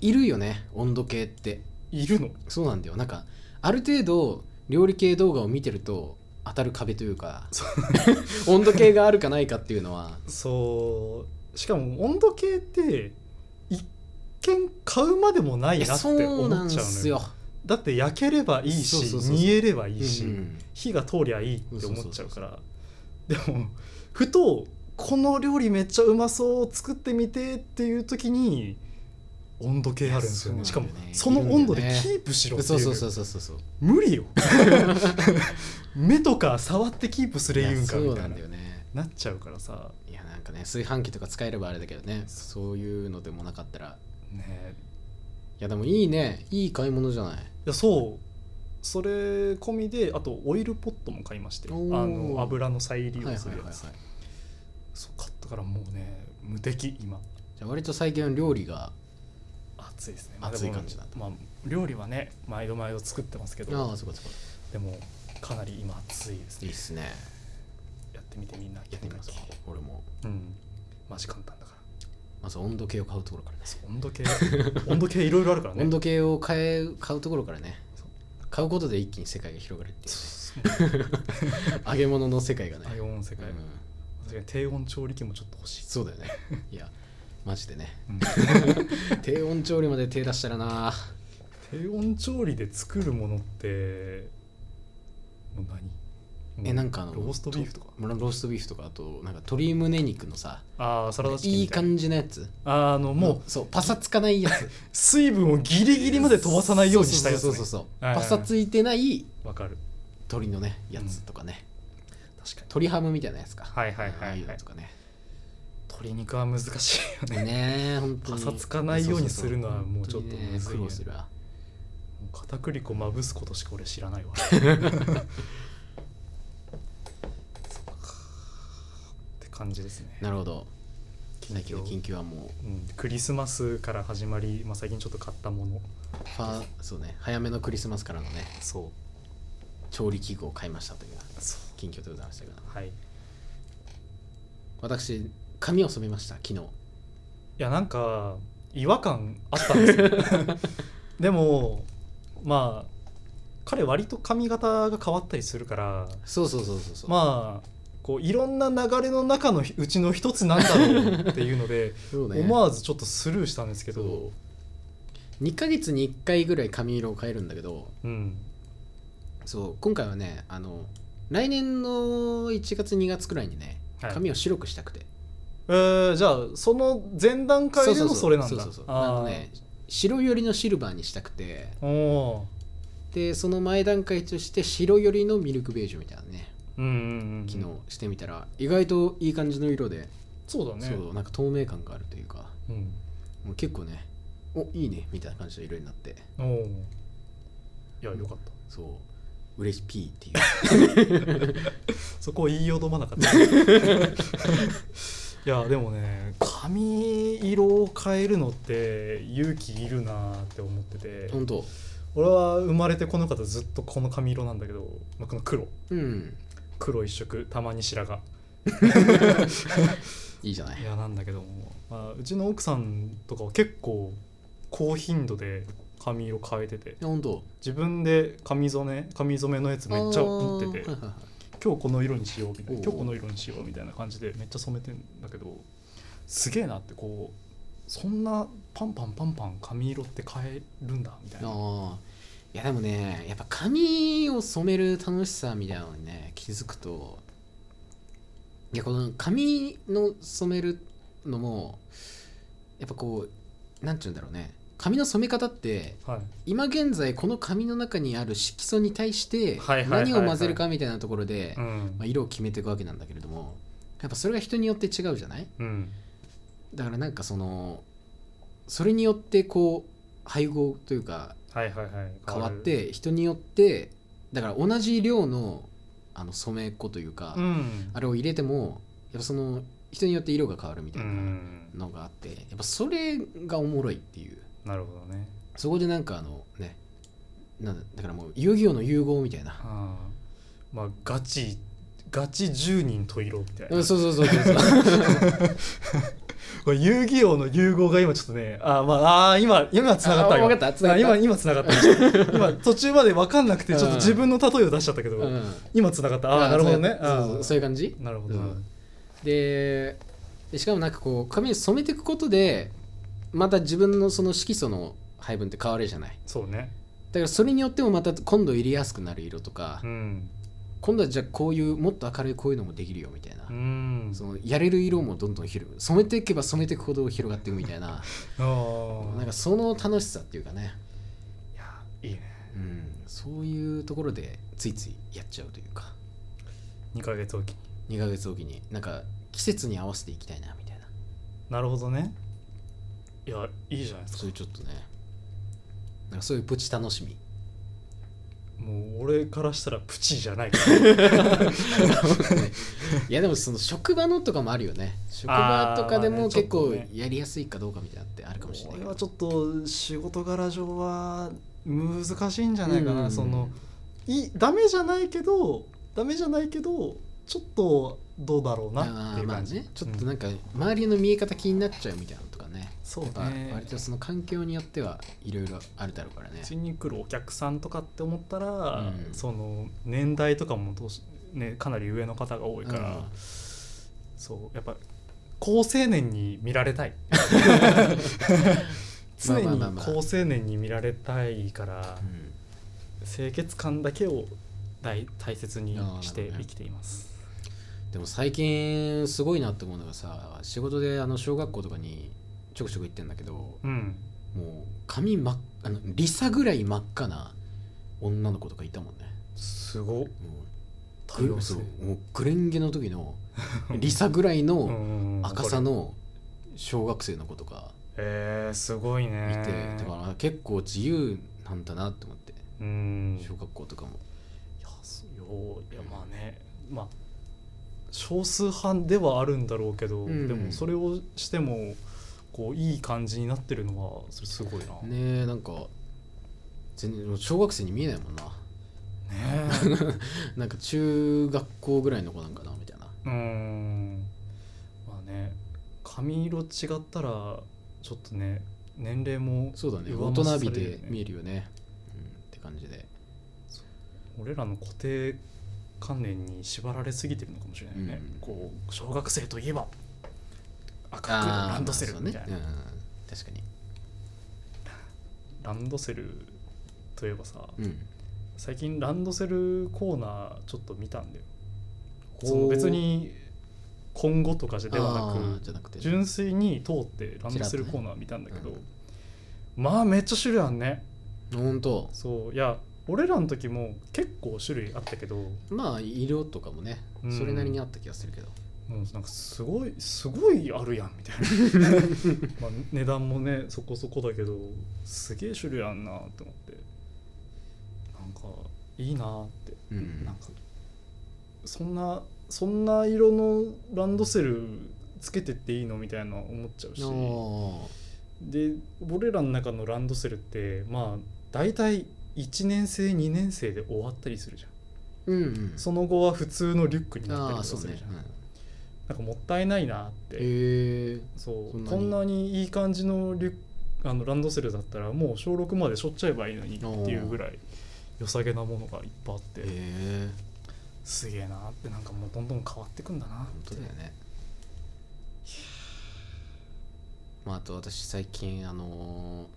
S1: いるよね温度計って
S2: いるの
S1: そうなんだよなんかある程度料理系動画を見てると当たる壁というか
S2: そ
S1: 温度計があるかないかっていうのは
S2: そうしかも温度計って一見買うまでもない
S1: いや
S2: なって
S1: そ
S2: 思っちゃ
S1: う
S2: う
S1: なん
S2: の
S1: すよ
S2: よ、だって焼ければいいし
S1: そうそうそうそう
S2: 煮えればいいし、
S1: うん、
S2: 火が通りゃいいって思っちゃうからでもふとこの料理めっちゃうまそう作ってみてっていう時に温度計あるんですよ
S1: い
S2: ね
S1: や
S2: し
S1: そ
S2: か
S1: うな
S2: も
S1: んだよね
S2: その温度で
S1: いるんだよね
S2: キープしろって
S1: そ
S2: いうう
S1: そうそうそうそうそう
S2: 無理よ目とか触ってキー プすれ言うんか
S1: いや
S2: み
S1: そうない
S2: た
S1: ん
S2: な
S1: だよね
S2: なっちゃうからさ
S1: いやなんかね炊飯器とか使えればあれだけどねそういうのでもなかったら
S2: ね
S1: いやでもいいねいい買い物じゃない
S2: いやそうそれ込みであとオイルポットも買いましてあ
S1: おー
S2: の油の再利
S1: はい
S2: 用
S1: はい
S2: す
S1: はい
S2: る
S1: は
S2: や
S1: い
S2: つそう買ったからもうね無敵今
S1: じゃあ割と最近は料理が
S2: 暑いですね
S1: 暑い感じなんだ
S2: まあ、料理はね毎度毎度作ってますけ
S1: あ
S2: ど
S1: あそうかそうか
S2: でもかなり今暑いです
S1: いい
S2: ね
S1: っすね
S2: やってみてみんな
S1: やってみます
S2: やって
S1: 俺も
S2: みてうんマジ簡単だから
S1: まず温度計を買うところからね
S2: そう温度計 温度計いろいろあるからね
S1: 温度計を買え買うところからね
S2: そう
S1: 買うことで一気に世界が広がるってい
S2: そう
S1: うね揚げ物の世界がね、
S2: 体温世界、
S1: うん
S2: 確かに低温調理器もちょっと欲しい、
S1: そうだよねいやマジでね
S2: 低
S1: 低温調理まで手出したらな
S2: 温調理で作るものってもう何
S1: えなんかあの
S2: ローストビーフとか
S1: ローストビーフとかあとなんか鶏胸肉のさ
S2: ああサラダチキン
S1: い
S2: み
S1: い
S2: たいな
S1: 感じのやつ
S2: あーあのもう
S1: そうパサつかないやつ
S2: 水分をギリギリまで飛ばさないようにしたやつ、
S1: そ
S2: ね、
S1: うそうそうそう
S2: はいはい
S1: パ
S2: はい
S1: サついてない
S2: わかる
S1: 鶏のねやつとかね、
S2: 確かに
S1: 鶏ハムみたいなやつか
S2: はいはいはいはい
S1: ああいうのとかね
S2: 鶏肉は難しいよね
S1: ねえ本当
S2: パ
S1: に
S2: サつかないようにするのはもうちょっと
S1: 本当にね
S2: むずい
S1: 苦
S2: よね
S1: 労するわ
S2: もう 片栗粉まぶすことしか俺知らないわ そっかって感じですね
S1: なるほど
S2: 近
S1: 最近
S2: 況
S1: の緊急はもう
S2: うん、クリスマスから始まり、まあ、最近ちょっと買ったもの
S1: ファそうね早めのクリスマスからのね
S2: そ
S1: 調理器具を買いましたという
S2: うそ
S1: 近況でございましたけど
S2: うはいい
S1: 私髪を染めました昨日
S2: やなんか違和感あったんです よでもまあ彼割と髪型が変わったりするから
S1: そうそうそうそうそう、
S2: まあこういろんな流れの中のうちの一つなんだろうっていうので、
S1: そう ね
S2: 思わずちょっとスルーしたんですけど
S1: そ、2ヶ月に1回ぐらい髪色を変えるんだけど
S2: うん、
S1: そう今回はねあの来年の1月2月くらいにね
S2: はい
S1: 髪を白くしたくて、
S2: えー、じゃあその前段階で
S1: う
S2: の
S1: う
S2: それなん
S1: そう
S2: だ
S1: そうそうあ
S2: あ
S1: の
S2: ー
S1: ね白寄りのシルバーにしたくて
S2: おお
S1: でその前段階として白寄りのミルクベージュみたいなね
S2: うんうんうん
S1: 昨日してみたら意外といい感じの色で、
S2: そうだね
S1: そうなんか透明感があるというか
S2: うん、
S1: もう結構ねおいいねみたいな感じの色になって
S2: おおいやよかった
S1: そう嬉しピーっていう
S2: そこを言いよどまな かったいやでもね髪色を変えるのって勇気いるなって思ってて
S1: 本当
S2: 俺は生まれてこの方ずっとこの髪色なんだけど、まあ、この黒
S1: うん
S2: 黒一色たまに白髪
S1: いいじゃない
S2: いやなんだけども、まあ、うちの奥さんとかは結構高頻度で髪色変えてて
S1: いや本当
S2: 自分で髪染め髪染めのやつめっちゃ持ってて
S1: あーはい はいはい
S2: 今日この色にしようみたい
S1: お
S2: な
S1: う
S2: 今日この色にしようみたいな感じでめっちゃ染めてんだけどすげえなってこうそんなパンパンパンパン髪色って変えるんだみたいな
S1: あーいやでもねやっぱ髪を染める楽しさみたいなのにね気づくといやこの髪の染めるのもやっぱこうなんて言うんだろうね髪の染め方って
S2: はい
S1: 今現在この髪の中にある色素に対して
S2: はいはいはいはい
S1: 何を混ぜるかみたいなところで
S2: う、ん
S1: まあ、色を決めていくわけなんだけれどもやっぱそれが人によって違うじゃない
S2: うん
S1: だからなんかそのそれによってこう配合というか
S2: はいはいはい
S1: 変わっ
S2: る
S1: て人によってだから同じ量のあの染め粉というか、
S2: うん
S1: あれを入れてもやっぱその人によって色が変わるみ
S2: う
S1: たいなんのがあって、やっぱそれがおもろいっていう
S2: なるほどね
S1: そこでなんかあのねなんだだからもう遊戯王の融合みたいな
S2: あまあガチガチ10人と色みたいな、
S1: うんそうそうそうそうそう
S2: これ遊戯王の融合が今ちょっとねあーまああー今今つながった
S1: あ
S2: よ
S1: わかった繋が
S2: あ
S1: った
S2: 今今つながった 今途中まで分かんなくてちょっと自分の例えを出しちゃったけど、
S1: うん
S2: 今つながったああなるほどね
S1: そうそうそうそういう感じ
S2: あーなるほど、
S1: うんででしかもなんかこう髪に染めていくことでまた自分のその色素の配分って変わるじゃない
S2: そうね
S1: だからそれによってもまた今度入れやすくなる色とか、
S2: うん
S1: 今度はじゃあこういうもっと明るいこういうのもできるよみたいな、
S2: うん
S1: そのやれる色もどんどん広く染めていけば染めていくほど広がっていくみたいな
S2: あー
S1: なんかその楽しさっていうかね、
S2: いやいいね
S1: うん、そういうところでついついやっちゃうというか
S2: 2ヶ月おきに
S1: 2ヶ月おきになんか季節に合わせていきたいなみたいな
S2: なるほどねいやいいじゃないですか
S1: そういうちょっとねなんかそういうプチ楽し み
S2: もう俺からしたらプチじゃないから、
S1: いやでもその職場のとかもあるよね職場とかで
S2: あーまあ
S1: も
S2: ねちょっ
S1: 結
S2: と
S1: 構
S2: ね
S1: やりやすいかどうかみたいなのってあるかもしれない
S2: 俺
S1: け
S2: は
S1: ど
S2: ちょっと仕事柄上は難しいんじゃないかな、
S1: うん
S2: そのいダメじゃないけどダメじゃないけどちょっとどうだろうなっ
S1: あ
S2: て
S1: ー
S2: いう
S1: まあ
S2: 感じ、
S1: ねちょっと
S2: う
S1: なんんか周りの見え方気になっちゃうみたいなのとかね
S2: そう
S1: やっぱ
S2: ね
S1: 割とその環境によってはいろいろあるだろうからね
S2: うちに来るお客さんとかって思ったら、
S1: うん
S2: その年代とかも年、ね、かなり上の方が多いから、
S1: うん
S2: そうやっぱ高青年に見られたい 常
S1: まあ
S2: に
S1: まあまあまあ
S2: 高青年に見られたいから
S1: うん
S2: 清潔感だけを大大切にして生きています、
S1: でも最近すごいなって思うのがさ仕事であの小学校とかにちょくちょく行ってんだけど
S2: うん
S1: もう髪真っあのリサぐらい真っ赤な女の子とかいたもんね
S2: すごっ
S1: もう
S2: 多
S1: グ
S2: 様
S1: レ
S2: 性
S1: そうもうグレンゲの時の リサぐらいの
S2: うん
S1: 赤さの小学生の子とか
S2: えー、すごい
S1: い
S2: ね
S1: て、だから結構自由なんだなって思って
S2: うん
S1: 小学校とかも、
S2: いやそうよいやまあねまあ少数派ではあるんだろうけど、
S1: うん
S2: でもそれをしてもこういい感じになってるのはそれすごいなね
S1: ねえなんか全然もう小学生に見えないもんな
S2: え
S1: なんか中学校ぐらいの子なんかなみたいな
S2: うーんまあね髪色違ったらちょっとね年齢も
S1: そうだね
S2: 上
S1: 大
S2: 乗せ
S1: 人
S2: され
S1: び
S2: る
S1: て
S2: よね
S1: 見えるよね、うん、って感じで、
S2: 俺らの固定観念に縛られすぎてるのかもしれないね、
S1: うん
S2: こう小学生といえば赤く
S1: あー
S2: ランドセル
S1: まあそう
S2: み
S1: ね
S2: たいな、
S1: うんうんうん、確かに、
S2: ランドセルといえばさ、
S1: うん、
S2: 最近ランドセルコーナーちょっと見たんだよその別に今後とかじゃでは
S1: あ
S2: な
S1: ーじゃなくて
S2: く純粋に通ってランドセルコーナー見たんだけど、
S1: ちらっとね
S2: まあめっちゃ種類あんね
S1: ほんと
S2: そういや俺らの時も結構種類あったけども
S1: まあ色とかもね
S2: うん
S1: それなりにあった気がするけど、
S2: うなんかすごいすごいあるやんみた いなまあ値段もねそこそこだけどすげえ種類あんなって思ってなんかいいなって
S1: うん
S2: なんかそんなそんな色のランドセルつけてっていいのみたいな思っちゃうし
S1: お
S2: で俺らの中のランドセルってまあ大体1年生2年生で終わったりするじゃん
S1: ーうんうん
S2: その後は普通のリュックになっ
S1: あ
S2: たりと
S1: あ
S2: か
S1: そう
S2: する
S1: ね
S2: じゃん、なんかもったいないなっ
S1: へ、
S2: て、
S1: うんへえ
S2: そう
S1: そんな
S2: こ
S1: に
S2: んなにいい感じのリュックあのランドセルだったらもう小6までしょっちゃえばいいのにっていうぐらい良さげなものがいっぱいあって、
S1: へえ
S2: すげえなってなんかもうどんどん変わってくんだなっ
S1: 本
S2: て
S1: 当だよねまああと私最近あのー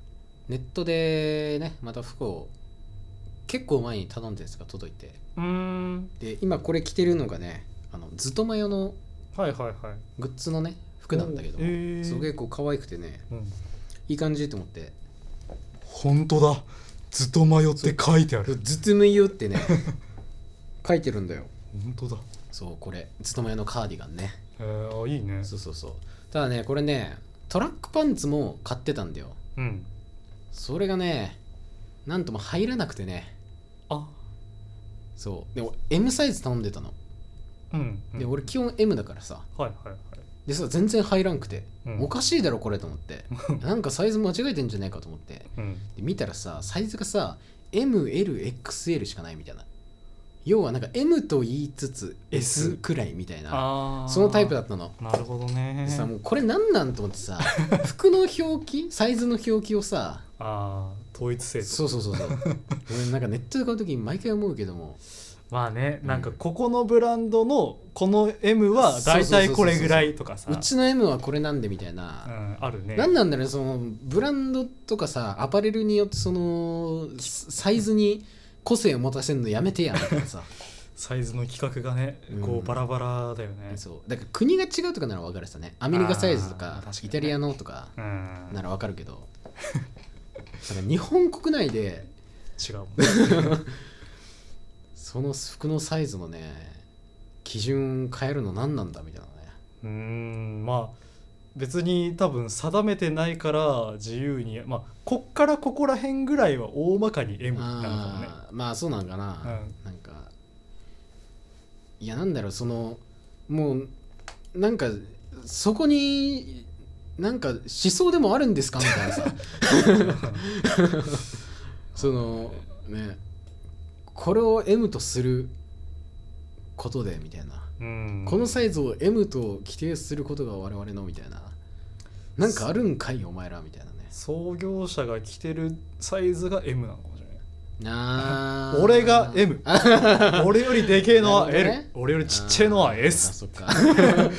S1: ネットでねまた服を結構前に頼んでるんですが届いて
S2: うーん
S1: で今これ着てるのがねあのズトマヨの
S2: はいはいはい
S1: グッズのね服なんだけど
S2: おーへー
S1: すごいこう可愛くてね
S2: うん
S1: いい感じと思って
S2: 本当だずっと迷って書いてあ
S1: ズトマヨって ね書いてるんだよ
S2: 本当だ
S1: そうこれズトマヨのカーディガンね
S2: えー、あいいね
S1: そうそうそうただねこれねトラックパンツも買ってたんだよ
S2: うん
S1: それがねなんとも入らなくてね
S2: あ
S1: そうでも M サイズ頼んでたの
S2: うん、うん
S1: で俺基本 M だからさ
S2: はいはいはい
S1: でさ全然入らんくて、
S2: うん
S1: おかしいだろこれと思って なんかサイズ間違えてんじゃないかと思って
S2: うん
S1: で見たらさサイズがさ MLXL しかないみたいな要はなんか M と言いつつ S くらいみたいな
S2: ああ
S1: そのタイプだったの
S2: なるほどね
S1: でさもうこれなんなんと思って さ服の表記サイズの表記をさ
S2: ああ統一性と
S1: そうそうそう そう俺なんかネットで買う時に毎回思うけども
S2: まあね
S1: うん
S2: なんかここのブランドのこの M は大体これぐらいとかさ
S1: うちの M はこれなんでみたいうな、
S2: んあるね
S1: なんなんだろうねそのブランドとかさアパレルによってそのサイズに個性を持たせるのやめてやみたいなさ
S2: サイズの規格がねこ
S1: うん
S2: うバラバラだよ ね
S1: そうだから国が違うとかなら分かるさねアメリカサイズとか
S2: あー確かにね
S1: イタリアのとか
S2: うん
S1: なら分かるけ どだから日本国内で
S2: 違うもんね
S1: その服のサイズのね基準変えるの何なんだみたいなね
S2: うーんまあ別に多分定めてないから自由にまあこっからここら辺ぐらいは大まかに M なのかもね
S1: あーまあそうなんかな、なんかいやなんだろうそのもうなんかそこになんか思想でもあるんですかみたいな さそのねこれを M とすることでみたいな、
S2: うん
S1: このサイズを M と規定することが我々のみたいななんかあるんかいお前らみたいなね
S2: 創業者が着てるサイズが M なのかもしれない
S1: あー
S2: 俺が M
S1: あ
S2: 俺よりでけえのは
S1: なる
S2: L、
S1: ほどね
S2: 俺よりちっちゃいのは S
S1: あーあそっか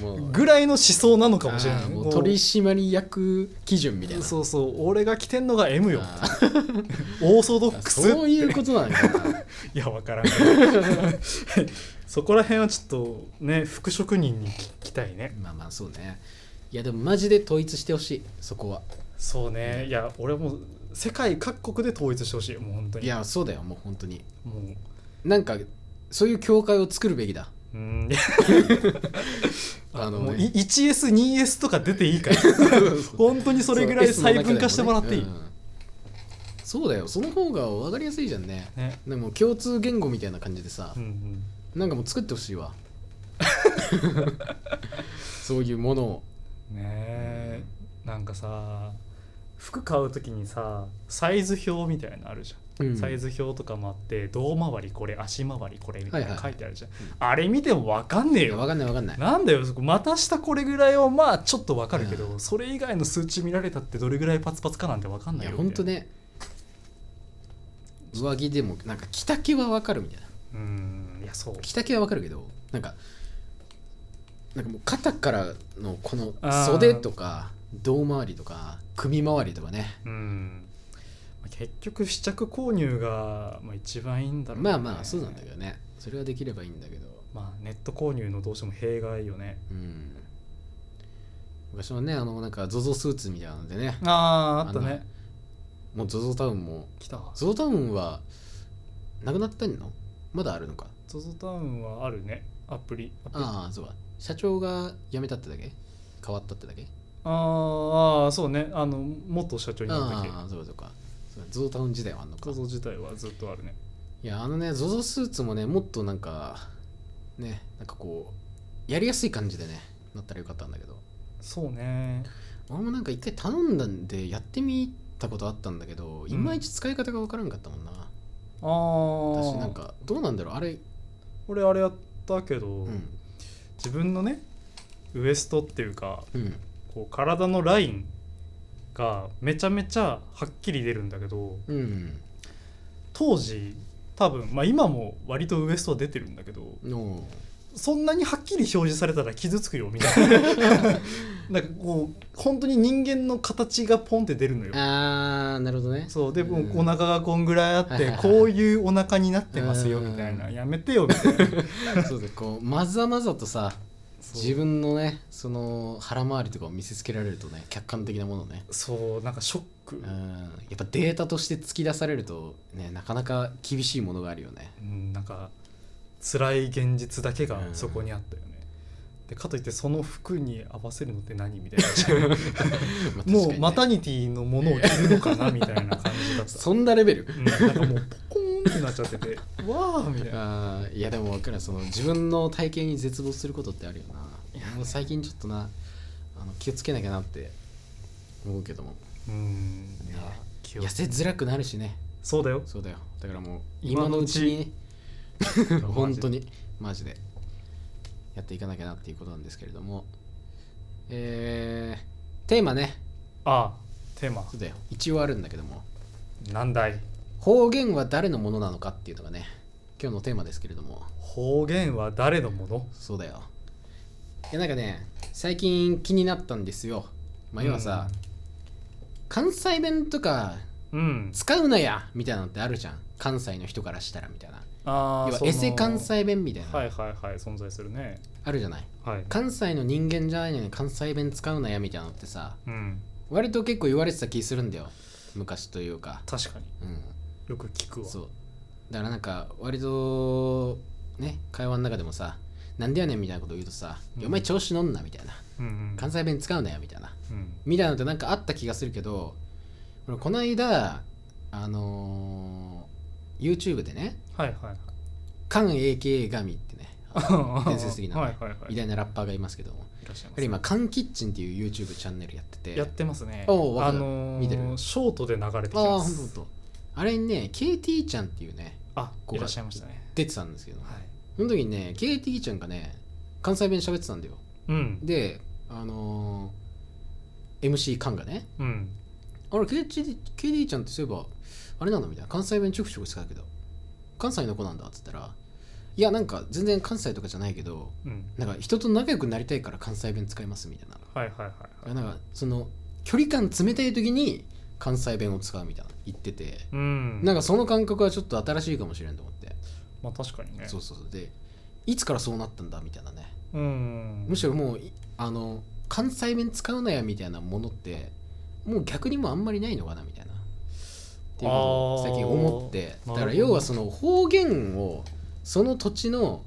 S1: もう
S2: ぐらいの思想なのかもしれな
S1: あ
S2: い
S1: ーもう
S2: こう
S1: 取締役基準みたいな
S2: そうそう俺が着てんのが M よ
S1: あー
S2: オーソドックス
S1: そういうことなのかない
S2: やわからん そこら辺はちょっとね服職人に聞きたいね
S1: まあまあそうねいやでもマジで統一してほしいそこは
S2: そうねいや俺もう世界各国で統一してほしいもう本当に
S1: いやそうだよもう本当に
S2: もう
S1: なんかそういう教会を作るべきだ
S2: うん
S1: あ
S2: あ
S1: の
S2: の、
S1: ね
S2: もうい 1S2S とか出ていい から本当にそれぐらい
S1: そう S の中
S2: 細
S1: でも
S2: 分化してもらっていい、
S1: ねうんそうだよその方が分かりやすいじゃんね
S2: ね
S1: でも共通言語みたいな感じでさ
S2: うんうん
S1: なんかもう作ってほしい わそういうものを
S2: ねえなんかさ服買う時にさサイズ表みたいなのあるじゃん、
S1: うん
S2: サイズ表とかもあって胴回りこれ足回りこれみたい
S1: はい
S2: な
S1: はい
S2: 書いてあるじゃん、あれ見ても分かんねえ
S1: いや分
S2: よ
S1: かんない分かんない
S2: なんだよそこ股下これぐらいはまあちょっと分かるけど、
S1: う
S2: それ以外の数値見られたってどれぐらいパツパツかなんて分かん
S1: い
S2: ない
S1: や
S2: よ
S1: 本当
S2: ね
S1: ね上着でもなんか着丈はわかるみたいな
S2: うんいやそう
S1: 着丈はわかるけどなんかなんかもう肩からのこの
S2: あー
S1: 袖とか胴回りとか首回りとかね
S2: うんまあ結局試着購入がまあ一番いいんだろうね
S1: まあまあそうなんだけどねそれはできればいいんだけど
S2: まあネット購入のどうしても弊害よね
S1: うん昔はねあのなんか ZOZO スーツみたいなのでね
S2: あああったね
S1: もう ZOZO タウンも
S2: 来たわ
S1: ZOZO タウンはなくなったんのまだあるのか
S2: ZOZO タウンはあるねアプリアプリあ
S1: ああそうだ社長が辞めたってだけ変わったってだけ
S2: ーあーそうねあの元社長になったっけ
S1: ああそうかそうかそうゾゾタウン時代はあんのか
S2: ZOZO 自体はずっとあるね
S1: いやあのねゾゾスーツもねもっとなんかねなんかこうやりやすい感じでねなったらよかったんだけど
S2: そうね
S1: 俺もなんか一回頼んだんでやってみたことあったんだけどいまいち使い方がわからんかったもんな、
S2: ああ
S1: 私なんかどうなんだろうあれ
S2: 俺あれやったけど、
S1: うん
S2: 自分のねウエストっていうか
S1: うん
S2: こう体のラインがめちゃめちゃはっきり出るんだけど
S1: うん
S2: 当時多分まあ今も割とウエストは出てるんだけど
S1: の
S2: そんなにはっきり表示されたら傷つくよみたい ななんかこう本当に人間の形がポンって出るのよ
S1: あーなるほどね
S2: そうでも
S1: うん
S2: うお腹がこんぐらいあっ
S1: はいはい
S2: て
S1: はい
S2: こういうお腹になってますよ
S1: うん
S2: みたいなやめてよみたいな
S1: そうでこうまざまざとさ
S2: そう
S1: 自分のねその腹回りとかを見せつけられるとね客観的なものをね
S2: そうなんかショック、
S1: うんやっぱデータとして突き出されるとねなかなか厳しいものがあるよね
S2: うん、なんか辛い現実だけが
S1: うん
S2: そこにあったよね、でかといってその服に合わせるのって何み たいな
S1: まあ確
S2: も
S1: かに
S2: う
S1: ね
S2: マタニティのものを着るのかなみたいな感じだっ た
S1: そんなレベル
S2: うんなんかもうポコーンンってなっちゃっててわあみたいな
S1: あーいやでも分かるその自分の体型に絶望することってあるよなもう最近ちょっとなあの気をつけなきゃなって思うけども
S2: うんいや
S1: ね
S2: 気を
S1: 痩せづらくなるしね
S2: そうだよ
S1: そうだよだからもう
S2: 今
S1: 今
S2: の
S1: の
S2: う
S1: う
S2: ち
S1: ちにね 本当
S2: に
S1: にマジでやっていかなきゃなっていうことなんですけれどもえー、テーマね
S2: ああテーマ
S1: そうだよ一応あるんだけども
S2: 難題
S1: 方言は誰のものなのかっていうのがね今日のテーマですけれども
S2: 方言は誰のもの
S1: そうだよいやなんかね最近気になったんですよまあ要はさ、関西弁とか
S2: うん
S1: 使うなやみたいなのってあるじゃん関西の人からしたらみたいな
S2: あ
S1: 要
S2: あ
S1: はエセ関西弁みたいな、
S2: はいはいはい存在するね
S1: あるじゃない
S2: はい
S1: 関西の人間じゃないのに関西弁使うなやみたいなのってさ
S2: うん
S1: 割と結構言われてた気するんだよ昔というか
S2: 確かに
S1: うん
S2: よく聞くわ
S1: そうだからなんか割とね会話の中でもさなんでやねんみたいなこと言うとさ、
S2: うん
S1: お前調子乗んなみたいな
S2: うんうん
S1: 関西弁使うなよみたいな
S2: うん
S1: みたいなのってなんかあった気がするけど俺この間あのー YouTube でね
S2: はいはいはい
S1: カン AKA ガミ ってね伝説的なね
S2: はいはいはい
S1: 偉
S2: い
S1: 大なラッパーがいますけども
S2: らっしゃいま
S1: 彼今カンキッチンっていう YouTube チャンネルやってて
S2: すやってますね
S1: おうわか
S2: あ
S1: る
S2: のー
S1: 見てる
S2: ショートで流れてき
S1: ああほん
S2: ま
S1: とほん
S2: す
S1: とあれにね KT ちゃんっていうね
S2: あ
S1: こう
S2: いらっしゃいましたね
S1: 出てたんですけど
S2: はい
S1: その時にね KT ちゃんがね関西弁喋ってたんだよ
S2: うん
S1: であのー MC カンがね
S2: うん
S1: あれ KT, KD ちゃんってそういえばあれなのみたいな関西弁ちょくちょく使うけど関西の子なんだっつったらいやなんか全然関西とかじゃないけど
S2: うん
S1: なんか人と仲良くなりたいから関西弁使いますみたいな
S2: はいはいはいはい
S1: なんかその距離感冷たい時に関西弁を使うみたいな言ってて
S2: うん
S1: なんかその感覚はちょっと新しいかもしれんと思って
S2: まあ確かにね
S1: そうそうそうでいつからそうなったんだみたいなね
S2: うん
S1: むしろもういあの関西弁使うなやみたいなものってもう逆にもうあんまりないのかなみたいなっていうことを最近思って
S2: あ
S1: だ
S2: ーなるほ
S1: か
S2: ど
S1: ら要はその方言をその土地の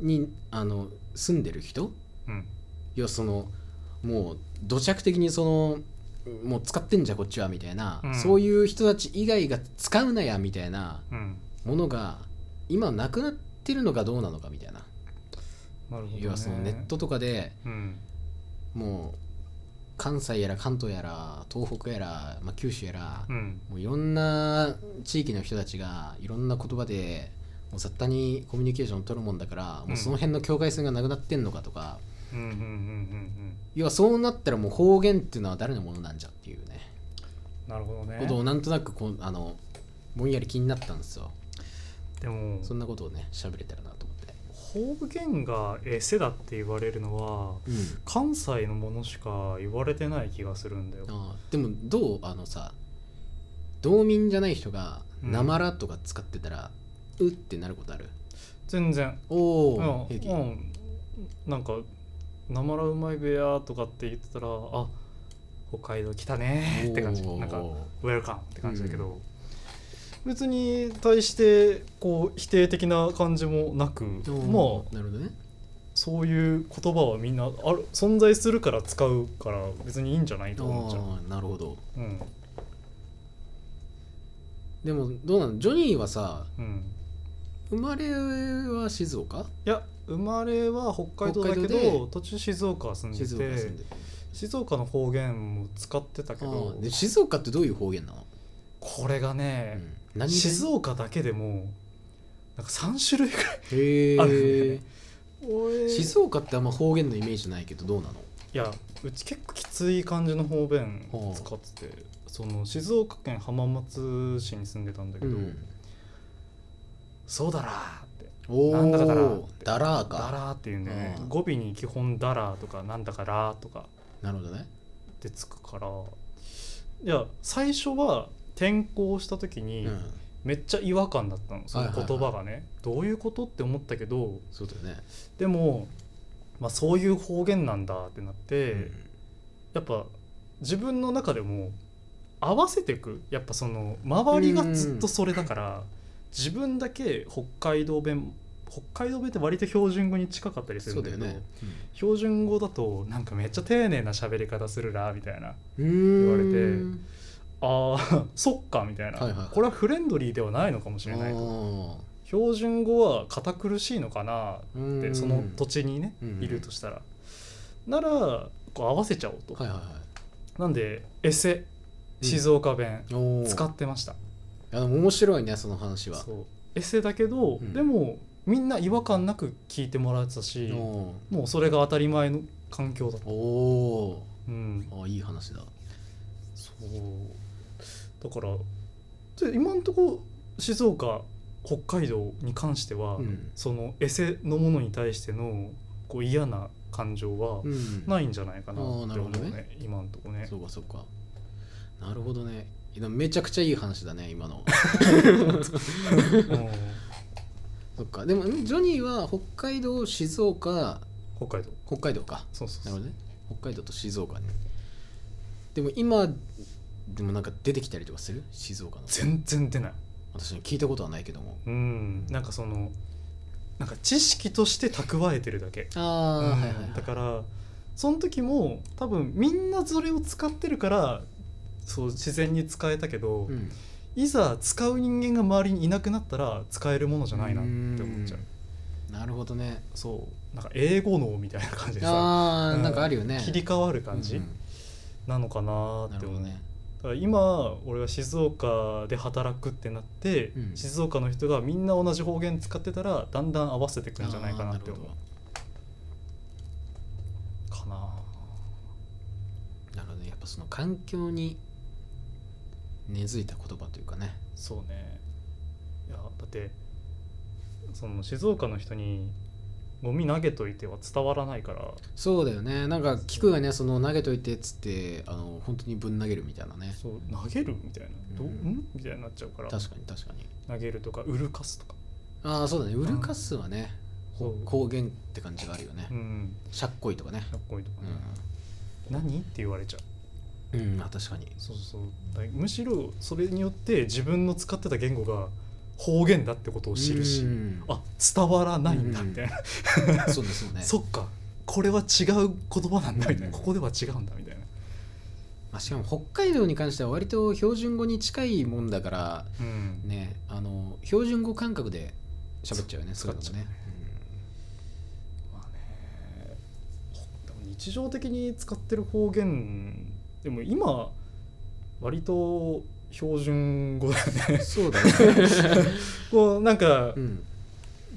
S1: にあの住んでる人
S2: うん
S1: 要はそのもう土着的にそのもう使ってんじゃんこっちはみたいな、
S2: うん
S1: そういう人たち以外が使うなやみたいな
S2: うん
S1: ものが今なくなってるのかどうなのかみたいな、
S2: なるほどね
S1: 要はそのネットとかで
S2: うん
S1: もう関西やら関東やら東北やら、まあ、九州やら、
S2: うん
S1: もういろんな地域の人たちがいろんな言葉でもう雑多にコミュニケーションを取るもんだから、も
S2: うん
S1: うその辺の境界線がなくなってんのかとか
S2: うんうんうんうん
S1: 要はそうなったらもう方言っていうのは誰のものなんじゃっていうね
S2: うんなるほどね
S1: ことをなんとなくこうあのぼんやり気になったんですよ
S2: でも
S1: そんなことをね喋れたらなと思って、
S2: 方言がエセだって言われるのは
S1: うん
S2: 関西のものしか言われてない気がするんだよ
S1: あーでもどうあのさ道民じゃない人が「
S2: うん
S1: なまら」とか使ってたら「うってなることある
S2: 全然
S1: おお、
S2: うん
S1: 平気
S2: うんなんか「なまらうまい部屋」とかって言ってたらあ北海道来たねーって感じ
S1: おー
S2: なんか「ウェルカム」って感じだけど、別に対してこう否定的な感じもなく
S1: おー
S2: まあ
S1: なるほどね
S2: そういう言葉はみんなある存在するから使うから別にいいんじゃないと思っちゃう。
S1: あーなるほど
S2: うん
S1: でもどうなのジョニーはさ
S2: うん
S1: 生まれは静岡
S2: いや生まれは北海道だけ
S1: 北海
S2: ど
S1: 道
S2: 途中静岡住んでて
S1: 静
S2: 静
S1: 岡住んで
S2: 岡
S1: る
S2: の方言も使ってたけ
S1: あ
S2: ど
S1: ーで静岡ってどういう方言なの、
S2: これが
S1: う
S2: ね、
S1: ん、何弁
S2: 静岡だけでもなんか3種類ぐらい
S1: へ
S2: ある
S1: え
S2: よね俺い
S1: 静岡ってあんま方言のイメージないけどどうなの
S2: やうち結構きつい感じの方言
S1: はあ
S2: 使っててその静岡県浜松市に住んでたんだけど「
S1: うん
S2: そうだら」って
S1: お
S2: なんだかだら
S1: おだらー
S2: 「だ」
S1: から
S2: っていうんだよね
S1: うん
S2: 語尾に基本「だら」とか「なんだから」とか
S1: なるほどね
S2: ってつくからいや最初は転校した時に
S1: うん
S2: めっちゃ違和感だったのその
S1: はいはいはい
S2: 言葉がねどういうことって思ったけど
S1: そうだよね
S2: でも、まあ、そういう方言なんだってなって、
S1: うん
S2: やっぱ自分の中でも合わせていくやっぱその周りがずっとそれだから、自分だけ北海道弁北海道弁って割と標準語に近かったりする
S1: そ
S2: ん
S1: うだ
S2: だけ
S1: よ
S2: ど、
S1: ねうん
S2: 標準語だとなんかめっちゃ丁寧な喋り方するなみたいな
S1: 言
S2: われてああ そっかみたいな、
S1: はいはいはい
S2: これはフレンドリーではないのかもしれないと
S1: あ
S2: 標準語は堅苦しいのかな
S1: ーう
S2: って
S1: ん
S2: その土地にね
S1: うん
S2: いるとしたらならこう合わせちゃおうと、
S1: はいはいはい
S2: なんでエセ静岡弁
S1: おー
S2: 使ってました、
S1: いやでも面白いねその話は
S2: そうエセだけど、
S1: うん
S2: でもみんな違和感なく聞いてもらってたし
S1: お
S2: もうそれが当たり前の環境だった
S1: ーお
S2: うん
S1: ーあいい話だ
S2: そうだからで今んとこ静岡北海道に関しては、
S1: うん
S2: そのエセのものに対してのこう嫌な感情は
S1: うん
S2: ないんじゃないかな
S1: あ
S2: っ
S1: ーな
S2: て
S1: る
S2: 思
S1: ほ
S2: う
S1: ど
S2: ね,、
S1: ね
S2: 今んとこね
S1: そうかそうかなるほどねいやめちゃくちゃいい話だね今 の
S2: うん
S1: そっかでもんジョニーは北海道静岡
S2: 北海道
S1: 北海道か
S2: そうそ
S1: な
S2: う
S1: る
S2: そう
S1: ほどね北海道と静岡ねでも今でもなんか出てきたりとかする静岡の
S2: 全然出ない
S1: 私に聞いたことはないけども
S2: うんなんかそのなんか知識として蓄えてるだけ
S1: ああ、
S2: うん
S1: はいはい、はい、
S2: だからその時も多分みんなそれを使ってるからそう自然に使えたけど、
S1: うん
S2: いざ使う人間が周りにいなくなったら使えるものじゃないなって思っちゃう
S1: なるほどね
S2: そうなんか英語脳みたいな感じでさ、
S1: ああ、
S2: うん
S1: なんかあるよね
S2: 切り替わる感じ
S1: うんうん
S2: なのかなー
S1: な
S2: って
S1: るほど
S2: 思う、
S1: ね
S2: だから今俺は静岡で働くってなって、
S1: うん
S2: 静岡の人がみんな同じ方言使ってたらだんだん合わせてくんじゃないかなって思う
S1: あー
S2: かな
S1: なるほどねやっぱその環境に根付いた言葉というかね
S2: そうねいやだってその静岡の人にゴミ投げといては伝わらないから
S1: そうだよねなんか聞くよねその投げといてっつってあの本当にぶん投げるみたいなね
S2: そう投げるみたいな、どうんんみたいになっちゃうから
S1: 確かに確かに
S2: 投げるとか売るかすとか、
S1: ああそうだねウルカスはね、
S2: そ
S1: ほ
S2: う
S1: 方言って感じがあるよね、
S2: うん、
S1: しゃっこいとかね
S2: かっこいいとか
S1: う
S2: ね、
S1: ん
S2: 何って言われちゃう
S1: うん、あ確かに
S2: そうそうだからむしろそれによって自分の使ってた言語が方言だってことを知るし、
S1: うん
S2: あ伝わらないんだ
S1: うん
S2: みたいな、
S1: そうですよね
S2: そっかこれは違う言葉なんだみたいな、
S1: うん
S2: ここでは違うんだみたいな、
S1: まあ、しかも北海道に関しては割と標準語に近いもんだから
S2: うん
S1: ねあの標準語感覚で喋っちゃうよね
S2: そう
S1: そういうのもね、
S2: まあねほでも日常的に使ってる方言でも今割と標準語だよ ね
S1: そうだね、
S2: こうなんか
S1: うん、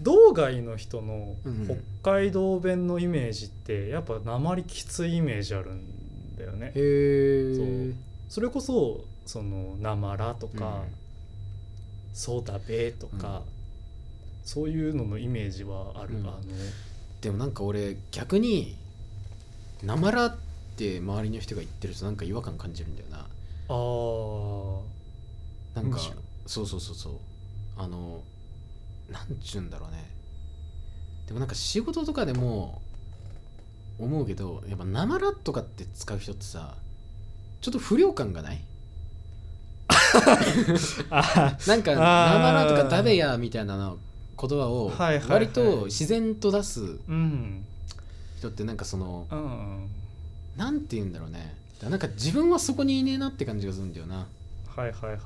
S2: 道外の人の
S1: うん
S2: 北海道弁のイメージってやっぱ鉛きついイメージあるんだよ
S1: へ
S2: ね
S1: え
S2: そうそれこそその「なまら」とか「そうだべ」とか、そういうののイメージはある、
S1: うん
S2: あの
S1: でもなんか俺逆に「なまら」って周りの人が言ってるとなんか違和感感じるんだよな
S2: あー
S1: なんか
S2: むしろ
S1: そうそうそうそうあのなんちゅうんだろうねでもなんか仕事とかでも思うけどやっぱ「なまら」とかって使う人ってさちょっと不良感がない
S2: あ
S1: なんか「な
S2: あー
S1: まら」とか「だべや」みたいなの言葉を
S2: はいはいはい
S1: 割と自然と出す
S2: うん
S1: 人ってなんかその
S2: うん
S1: なんて言うんだろうねだからなんか自分はそこにいねえなって感じがするんだよな
S2: はいはいはいはい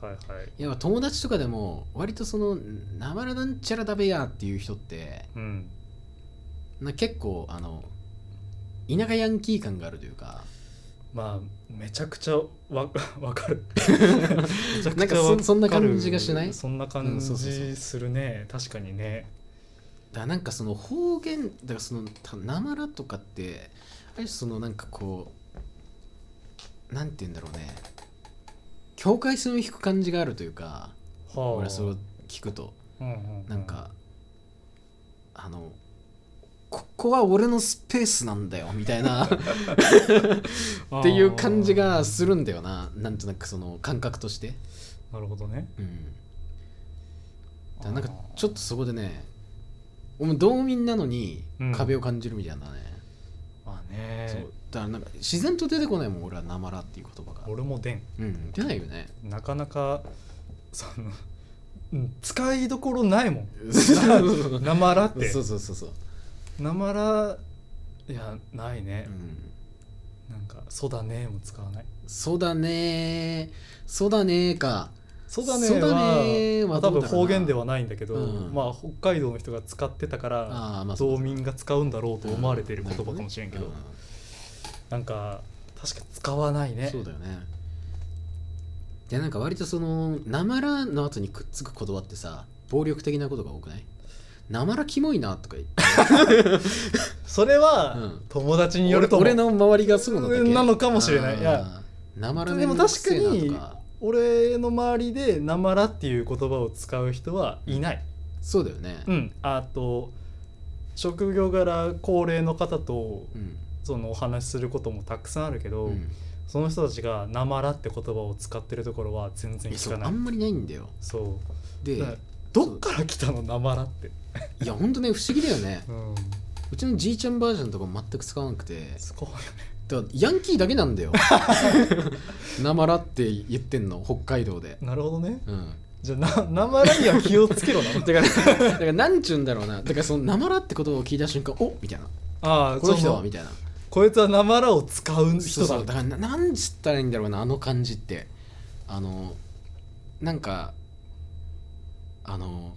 S1: いや友達とかでも割とその「なまらなんちゃらだべや」っていう人って
S2: うん
S1: な結構あの田舎ヤンキー感があるというか
S2: まあめちゃくちゃわ わかるめちゃくちゃ
S1: なんか
S2: わ
S1: そ
S2: る
S1: そんな感じがしない
S2: そんな感
S1: うんそうそうそう
S2: じするね、確かにね
S1: だからなんかその方言だからそのたなまらとかってあれそのなんかこうなんて言うんだろうね境界線を引く感じがあるというか
S2: はあ
S1: 俺それを聞くと
S2: うんうんうん
S1: なんか、あのここは俺のスペースなんだよみたい なっ
S2: って
S1: いう感じがするんだよななんとなくその感覚として
S2: なるほどね
S1: うんだからなんか
S2: あー
S1: ちょっとそこでね俺も道民なのに
S2: うん
S1: 壁を感じるみたいなね、
S2: まあね
S1: そうだからなんか自然と出てこないもん俺は「なまら」っていう言葉が、
S2: 俺もでん
S1: うん、出ないよね
S2: なかなかそのうん使いどころない もん
S1: そ
S2: なまらって
S1: うそうそうそう、
S2: なまらいやないね
S1: う、ん、
S2: なんか「そうだね」も使わない
S1: そうだねーそうだねーか
S2: 「そうだね
S1: そうだね
S2: は」
S1: は
S2: 多
S1: どうだろうな
S2: 分方言ではないんだけど、
S1: うん
S2: まあ北海道の人が使ってたから
S1: ああまあ
S2: 道民が使うんだろうと思われてる言葉
S1: うん
S2: かもしれんけど、
S1: うん
S2: なんか確か使わないね
S1: そうだよねでなんか割とその「なまら」の後にくっつく言葉ってさ暴力的なことが多くないなまらキモいなとか言って
S2: それは、
S1: うん
S2: 友達によると思う
S1: 俺俺の周りがそうなだけ
S2: なのかもしれないいや
S1: なまら
S2: でも確か
S1: めんどくせえ
S2: に
S1: なとか
S2: 俺の周りで「なまら」っていう言葉を使う人はいない、
S1: そうだよね
S2: う、ん、あと職業柄高齢の方と
S1: うん
S2: そのお話しすることもたくさんあるけど、
S1: うん
S2: その人たちが「なまら」って言葉を使ってるところは全然
S1: いや
S2: 聞
S1: そう
S2: かな
S1: あ
S2: い
S1: んまりないんだよ
S2: そう
S1: で
S2: だからどっから来たの「なまら」って、
S1: いやほんとね不思議だよね
S2: うん、
S1: うちのじいちゃんばあちゃんとかも全く使わなくて
S2: すごいよね
S1: だからヤンキーだけなん だよなまらって言ってんの北海道で
S2: なるほどね
S1: うん
S2: じゃあななまらには気をつけ ろな
S1: だから、だからなんちゅうんだろうな。だから、その、なまらってことを聞いた瞬間、おみたいな。
S2: ああ
S1: この人
S2: そ
S1: は
S2: の
S1: みたいな。
S2: こいつはなまらを使う
S1: そ
S2: 人
S1: うそうだ
S2: だ
S1: からな、なんつったらいいんだろうな、あの感じって。あの、なんか、あの、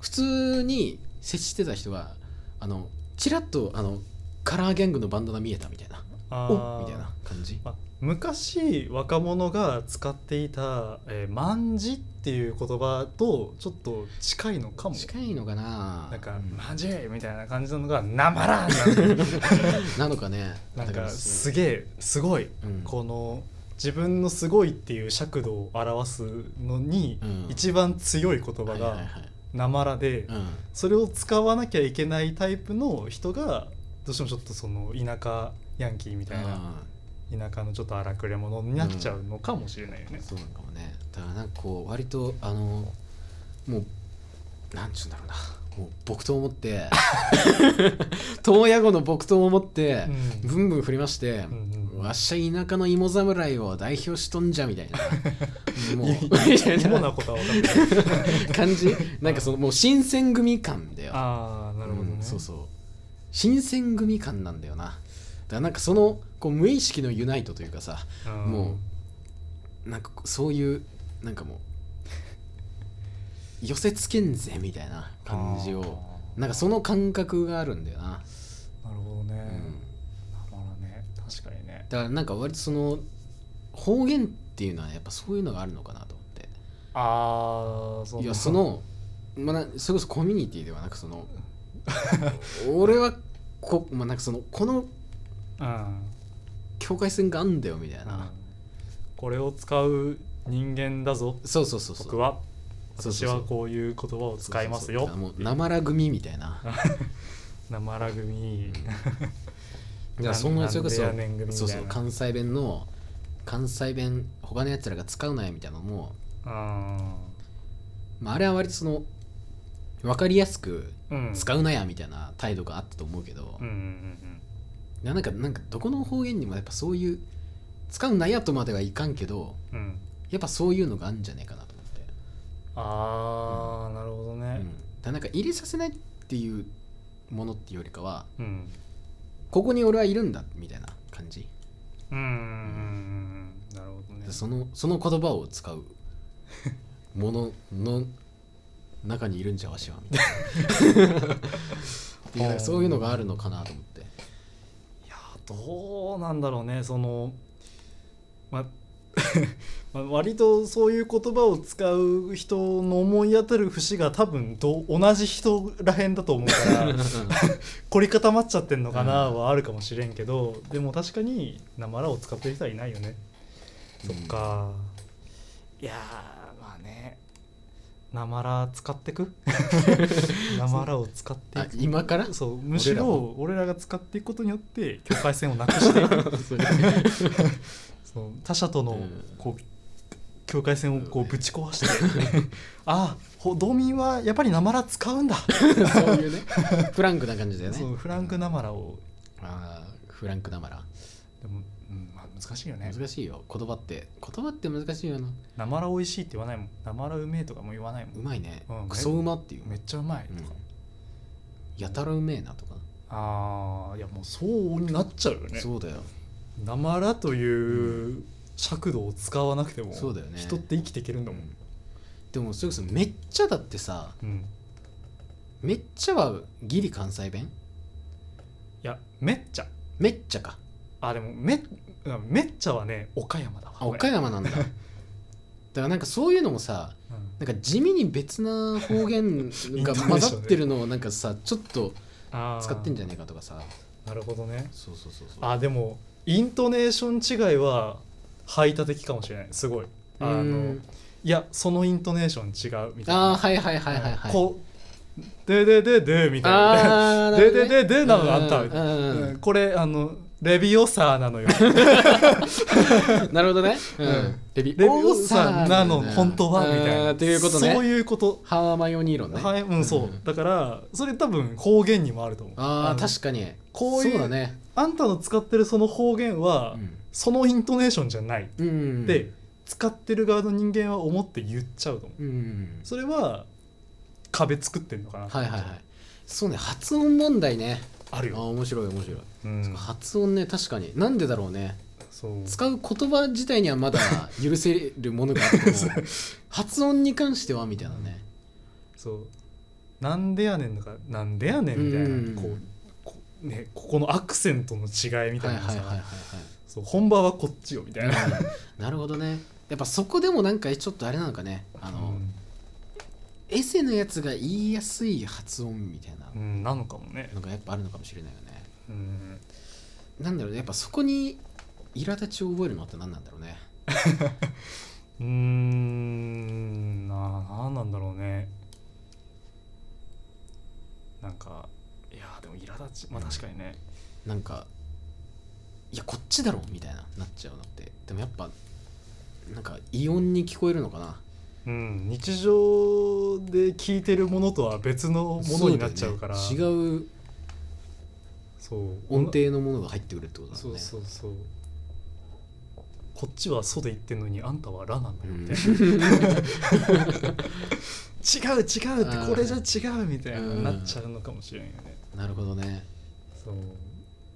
S1: 普通に接してた人は、あの、ちらっと、あの、カラーギャングのバンダナ見えたみたいな。
S2: あー
S1: おみたいな感じ。
S2: まあ昔若者が使っていた「えー、万字」っていう言葉とちょっと近いのかも
S1: 近いのかな
S2: なんか
S1: う
S2: 「
S1: ん
S2: マジ!」みたいな感じなのが「なまら!」なんだ
S1: なのかね。
S2: な
S1: だ
S2: ん
S1: ら
S2: かすげえすごい、
S1: うん
S2: この自分の「すごい」っていう尺度を表すのに、
S1: うん
S2: 一番強い言葉
S1: はいはい
S2: が
S1: はい
S2: 「なまら」で、
S1: うん
S2: それを使わなきゃいけないタイプの人がどうしてもちょっとその田舎ヤンキーみたいな
S1: あー
S2: 田舎のちょっと荒くれ者になっちゃうのかもしれないよね。
S1: そうなのかもねだからなんかこう割とあのもうなんちゅうんだろうなもう木刀を持って 洞爺湖の木刀を持って、
S2: うん
S1: ブンブン振りまして、
S2: んうん
S1: わっしゃ田舎の芋侍を代表しとんじゃみた いな もう
S2: い
S1: みたい
S2: いもな
S1: な
S2: ことは分かってる。
S1: 感じなんかそのもう新選組感だよ
S2: ああ、なるほど
S1: う
S2: ね。
S1: んそうそう新選組感なんだよなだからなんかそのこう無意識のユナイトというかさ
S2: うん
S1: もうなんかこうそういうなんかもう寄せつけんぜみたいな感じを
S2: あー
S1: なんかその感覚があるんだよな、
S2: なるほど
S1: う
S2: ね。
S1: ん、
S2: なるほどね。確かにね。
S1: だからなんか割とその方言っていうのはやっぱそういうのがあるのかなと思って
S2: ああ、そ
S1: いやそ。の、まあ、なそれこそコミュニティではなくその俺はこ,、まあ、なんかそのこの
S2: うんうん。
S1: 境界線があんだよみたいな、
S2: これを使う人間だぞ。
S1: そうそうそうそう
S2: 僕は。
S1: そう
S2: 私
S1: そうそう
S2: はこういう言葉を使います
S1: そう
S2: よ
S1: そう。そうだからもうなまら組みたいな
S2: なまら組。
S1: いやそん
S2: な
S1: なんそれこそ
S2: なんでやねん組みたいな
S1: そうそう関西弁の関西弁他のやつらが使うなよみたいなのも、
S2: あ
S1: まあ、あれは割とその分かりやすく
S2: あ。うん。
S1: 使うなやみたいな態度があったと思うけど、
S2: うんうんうん
S1: いやなんかなんかどこの方言にもやっぱそういう使うなやとまではいかんけど
S2: うん。うん。
S1: やっぱそういうのがあるんじゃねえかなと思って、
S2: ああ、なるほど
S1: うん、だ
S2: ね。
S1: からなんか入れさせないっていうものっていうよりかは
S2: うん。
S1: ここに俺はいるんだみたいな感じ
S2: うんうんうんうん。なるほどね。
S1: そのその言葉を使うものの中にいるんじゃわしはみたい ないやなんかそういうのがあるのかなと思って
S2: いやどうなんだろうねそのままあ割とそういう言葉を使う人の思い当たる節が多分ど同じ人らへんだと思うから凝り固まっちゃってんのかなはあるかもしれんけど、でも確かになまらを使ってる人はいないよね、
S1: うん
S2: そっかいやーまあねなまら使ってくなまらを使ってい
S1: あ
S2: く
S1: 今から
S2: そうむし
S1: 俺ら
S2: ろ
S1: も
S2: 俺らが使っていくことによって境界線をなくし ていくその他者と
S1: う
S2: の
S1: ん
S2: こう境界線を
S1: そう
S2: こう
S1: ね
S2: ぶち壊して ああほ道民はやっぱりなまら使うんだ、
S1: そういうねフランクな感じだよね
S2: そうフランクなまらを
S1: あーフランクなまら
S2: でも、うんまあ、難しいよね
S1: 難しいよ言葉って言葉って難しいよな
S2: なまら美味しいって言わないもんなまらうめえとかも言わないも
S1: うんまいね、
S2: うん
S1: クソうまっていう
S2: めっちゃうまいとか、
S1: やたらうめえなとか、
S2: ああいやもうそうなっちゃうよね
S1: そうだよ
S2: なまらという尺度を使わなくても、
S1: そうだよね
S2: 人って生きていけるんだもん、
S1: でもそれこそめっちゃだってさ
S2: うん、
S1: めっちゃはギリ関西弁
S2: いやめっちゃ
S1: めっちゃか
S2: あでもめめっちゃはね岡山だわ
S1: あ岡、山なん だだからなんかそういうのもさ
S2: 俺うん
S1: なんか地味に別な 方言
S2: イントネ
S1: が
S2: ーションね
S1: 混ざってるのをなんかさちょっと
S2: あー
S1: 使ってんじゃねえかとかさ
S2: なるほどね
S1: そうそうそうそう
S2: あでもイントネーション違いは排他的かもしれないすごいあ
S1: う
S2: の
S1: ん
S2: いやそのイントネーション違うみたいな
S1: あーはいはいはいはいはい
S2: こうででででみたいな
S1: あー
S2: ででででなのがあったわけ
S1: うんうんうん
S2: うんこれあのレビオサーな のよ
S1: なるほどね。うん
S2: うん
S1: レビ
S2: レビオサーなの
S1: うん
S2: 本当はみたい
S1: あ
S2: な
S1: ーということね。
S2: そういうこと
S1: ハーマイオニー論ね。
S2: はいうんそう、だからそれ多分方言にもあると思う
S1: ああ
S2: の
S1: 確かに。
S2: こういう
S1: そうだね。
S2: あんたの使ってるその方言は、
S1: うん
S2: そのイントネーションじゃないっ
S1: うん。
S2: て、使ってる側の人間は思って言っちゃうと思う
S1: うん。
S2: それは壁作ってるのかな、
S1: はいはいはい。そうね発音問題ね。
S2: ある
S1: あー
S2: よ、
S1: 面白い面白い。
S2: うん
S1: 発音ね確かに。なんでだろうね。
S2: そう
S1: 使う言葉自体にはまだ許せるものがあっても発音に関してはみたいなね。
S2: そうなんでやねんのかなんでやねんみたいな、
S1: うん
S2: こうこうねここのアクセントの違いみた
S1: はいい
S2: な
S1: は
S2: さ、
S1: いはいはいはい。
S2: そう本場はこっちよみたいな、
S1: なるほどね。やっぱそこでもなんかちょっとあれなのかね。あの、
S2: うん
S1: エセのやつが言いやすい発音みたいな
S2: うんなのかもね、
S1: のがやっぱあるのかもしれないよね。
S2: うん、
S1: なんだろうね、やっぱそこに苛立ちを覚えるのって何なんだろうね。
S2: うーんななんなんだろうねなんかいやーでも苛立ちまあ確かにね
S1: なんか、いや、こっちだろみたいななっちゃうのって。でもやっぱ、なんか異音に聞こえるのかな。
S2: うん日常で聞いてるものとは別のものになっちゃうから
S1: そだよね違う
S2: そう
S1: 音程のものが入ってくるってことだ
S2: そ
S1: もん
S2: う
S1: ね。
S2: そうそうこっちは「ソ」で言ってんのにあんたは「ラ」なんだよ
S1: うん
S2: みたいな違う違うってこれじゃ違うみたいな
S1: うん
S2: なっちゃうのかもしれんよね
S1: なるほどね。
S2: そう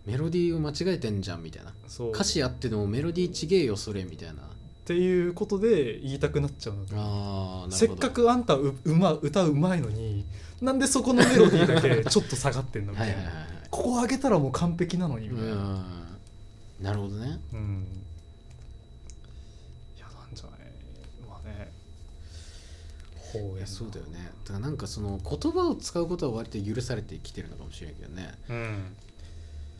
S1: メロディーを間違えてんじゃんみたいな。
S2: そう
S1: 歌詞あってでもメロディーちげえよ、それみたいな。
S2: っていうことで言いたくなっちゃうの
S1: ああ、なるほど。
S2: せっか。くあんたううま歌うまいのになんでそこのメロディーだけちょっと下がってんのみ
S1: は
S2: た
S1: い
S2: い
S1: はいはい
S2: な
S1: はい。
S2: ここ上げたらもう完璧なのに
S1: う
S2: みたいな、
S1: んなるほどね
S2: うんいやなんじゃないまあねほう
S1: い
S2: や
S1: や
S2: んな
S1: そうだよねだからなんかその言葉を使うことは割と許されてきてるのかもしれないけどね
S2: うん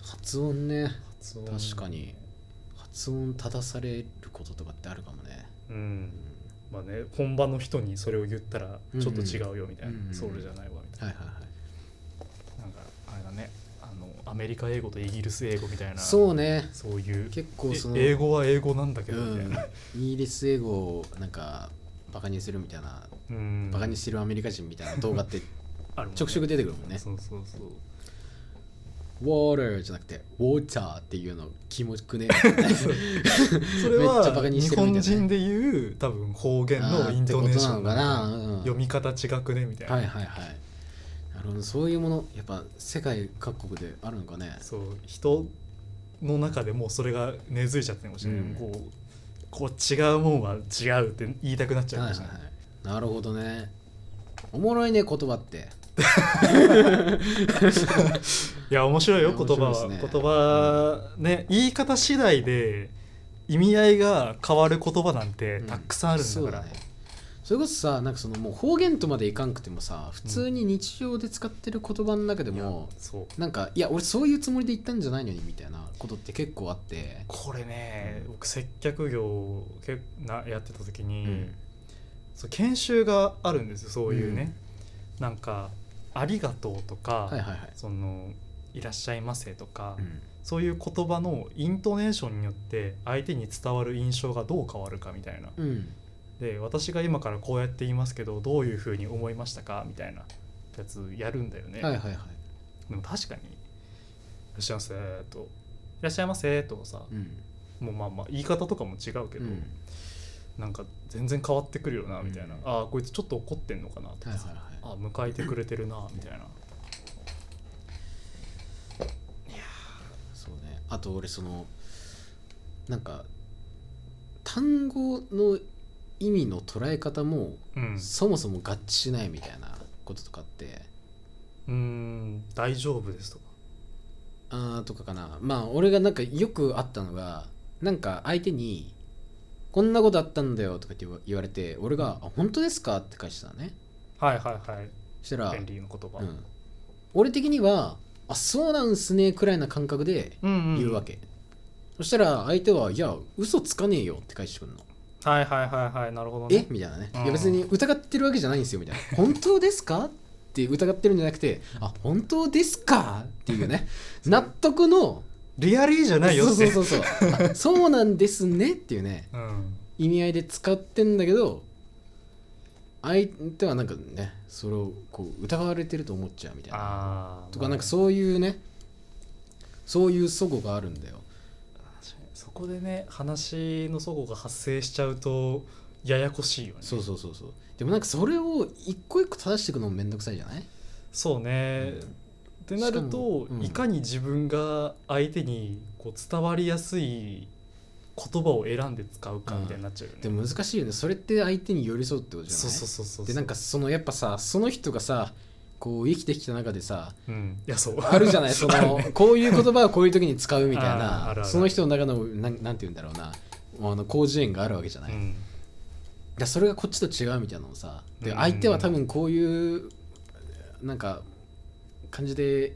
S1: 発音ね
S2: 発音
S1: 確かに発音正されることとかってあるかもね
S2: うんまあね本場の人にそれを言ったらちょっと違うよみたいな、
S1: うんうん
S2: ソウルじゃないわみたい
S1: はいはいはい
S2: ななんかあれだねあのアメリカ英語とイギリス英語みたいな
S1: そうね
S2: そういう
S1: 結構その
S2: え英語は英語なんだけ
S1: う
S2: どみたい
S1: ん
S2: な、
S1: イギリス英語をなんかバカにするみたいな
S2: うん
S1: バカにしてるアメリカ人みたいな動画って
S2: あるもんね
S1: ちょくちょく出てくるもんね
S2: そうそうそう
S1: 「water」じゃなくて「water」っていうの気持ちくね
S2: それ
S1: めっちゃ
S2: は
S1: バカにして
S2: 日
S1: るみたいな
S2: 本人でいう多分方言のイントネーション
S1: あーってことなのかなうん
S2: 読み方違くねみたいな、
S1: はいはいはいなるほどそういうものやっぱ世界各国であるのかね
S2: そう人の中でもうそれが根付いちゃってるかもしれない、
S1: うん
S2: こうこう違うもんは違うって言いたくなっちゃうかもしれない、
S1: はいはいはい、なるほどねおもろいね言葉って
S2: いや面白いよ
S1: いや
S2: 言葉
S1: 面
S2: は、
S1: 白いですね
S2: 言葉ね言い方次第で意味合いが変わる言葉なんてたくさんあるんだから、
S1: そうねそれこそさなんかそのもう方言とまでいかんくてもさ普通に日常で使ってる言葉の中で
S2: いや
S1: も、
S2: そう
S1: なんかいや俺そういうつもりで言ったんじゃないのにみたいなことって結構あって
S2: これね僕接客業をけなやってた時に、
S1: うん
S2: そう研修があるんですよそういうね、なんか「ありがとう」とか、
S1: はいはいはい、
S2: その「いらっしゃいませ」とか、
S1: うん
S2: そういう言葉のイントネーションによって相手に伝わる印象がどう変わるかみたいな
S1: うん
S2: で私が今からこうやって言いますけどどういうふうに思いましたかみたいなやつやるんだよね、
S1: はいはいはい
S2: でも確かに「いらっしゃいませ」と「いらっしゃいませ」とさ、
S1: うん
S2: もうまあまあ言い方とかも違うけ
S1: う
S2: ど、
S1: ん
S2: なんか全然変わってくるよなみたいな、
S1: うん
S2: ああこいつちょっと怒ってんのかなと
S1: はいはい
S2: かさ、
S1: はい
S2: あ迎えてくれてるなみたいな
S1: そうねあと俺そのなんか単語の意味の捉え方も
S2: うん
S1: そもそも合致しないみたいなこととかって
S2: うーん大丈夫ですとか
S1: あーとかかなまあ俺がなんかよくあったのがなんか相手に「こんなことあったんだよ」とかって言わ言われて俺が「あ本当ですか?」って返したのね
S2: はいはいはい
S1: そしたら、
S2: 便利の言葉、
S1: うん、俺的には「あそうなんすね」くらいな感覚で
S2: うんうん
S1: 言うわけ、そしたら相手は「いや嘘つかねえよ」って返してくるの
S2: はいはいはいはいなるほど
S1: え
S2: ね
S1: みたいなね、
S2: うん
S1: いや別に疑ってるわけじゃないんですよみたいな 本当ですかって疑ってるんじゃなくてあ本当ですかっていう ね納得の
S2: リアリーじゃないよ
S1: そう
S2: って
S1: そうそうそうあそうなんですねっていうね
S2: うん
S1: 意味合いで使ってんだけど相手はなんかねそれをこう疑われてると思っちゃうみたいな
S2: あー
S1: とかなんか
S2: ま
S1: そういうねそういう齟齬があるんだよ
S2: あ確かにそこでね話の齟齬が発生しちゃうとややこしいよね
S1: そうそうそうそうでもなんかそれを一個一個正していくのもめんどくさいじゃない
S2: そうね、
S1: うん
S2: ってなる
S1: しか
S2: と
S1: も、うん
S2: いかに自分が相手にこう伝わりやすい言葉を選んで使うかみたいになっちゃうよね、
S1: でも難しいよねそれって相手に寄り添うってことじゃない
S2: そうそうそうそう
S1: でなんかそのやっぱさその人がさこう生きてきた中でさ
S2: うん、いやそ う
S1: あるじゃないそ のこういう言葉をこういう時に使うみたい
S2: あーあるあ
S1: な
S2: る
S1: その人の中のなんなんて言うんだろうなあの広辞苑があるわけじゃない、
S2: う
S1: だか
S2: ん
S1: らそれがこっちと違うみたいなのをさで
S2: うん
S1: 相手は多分こういうなんか感じで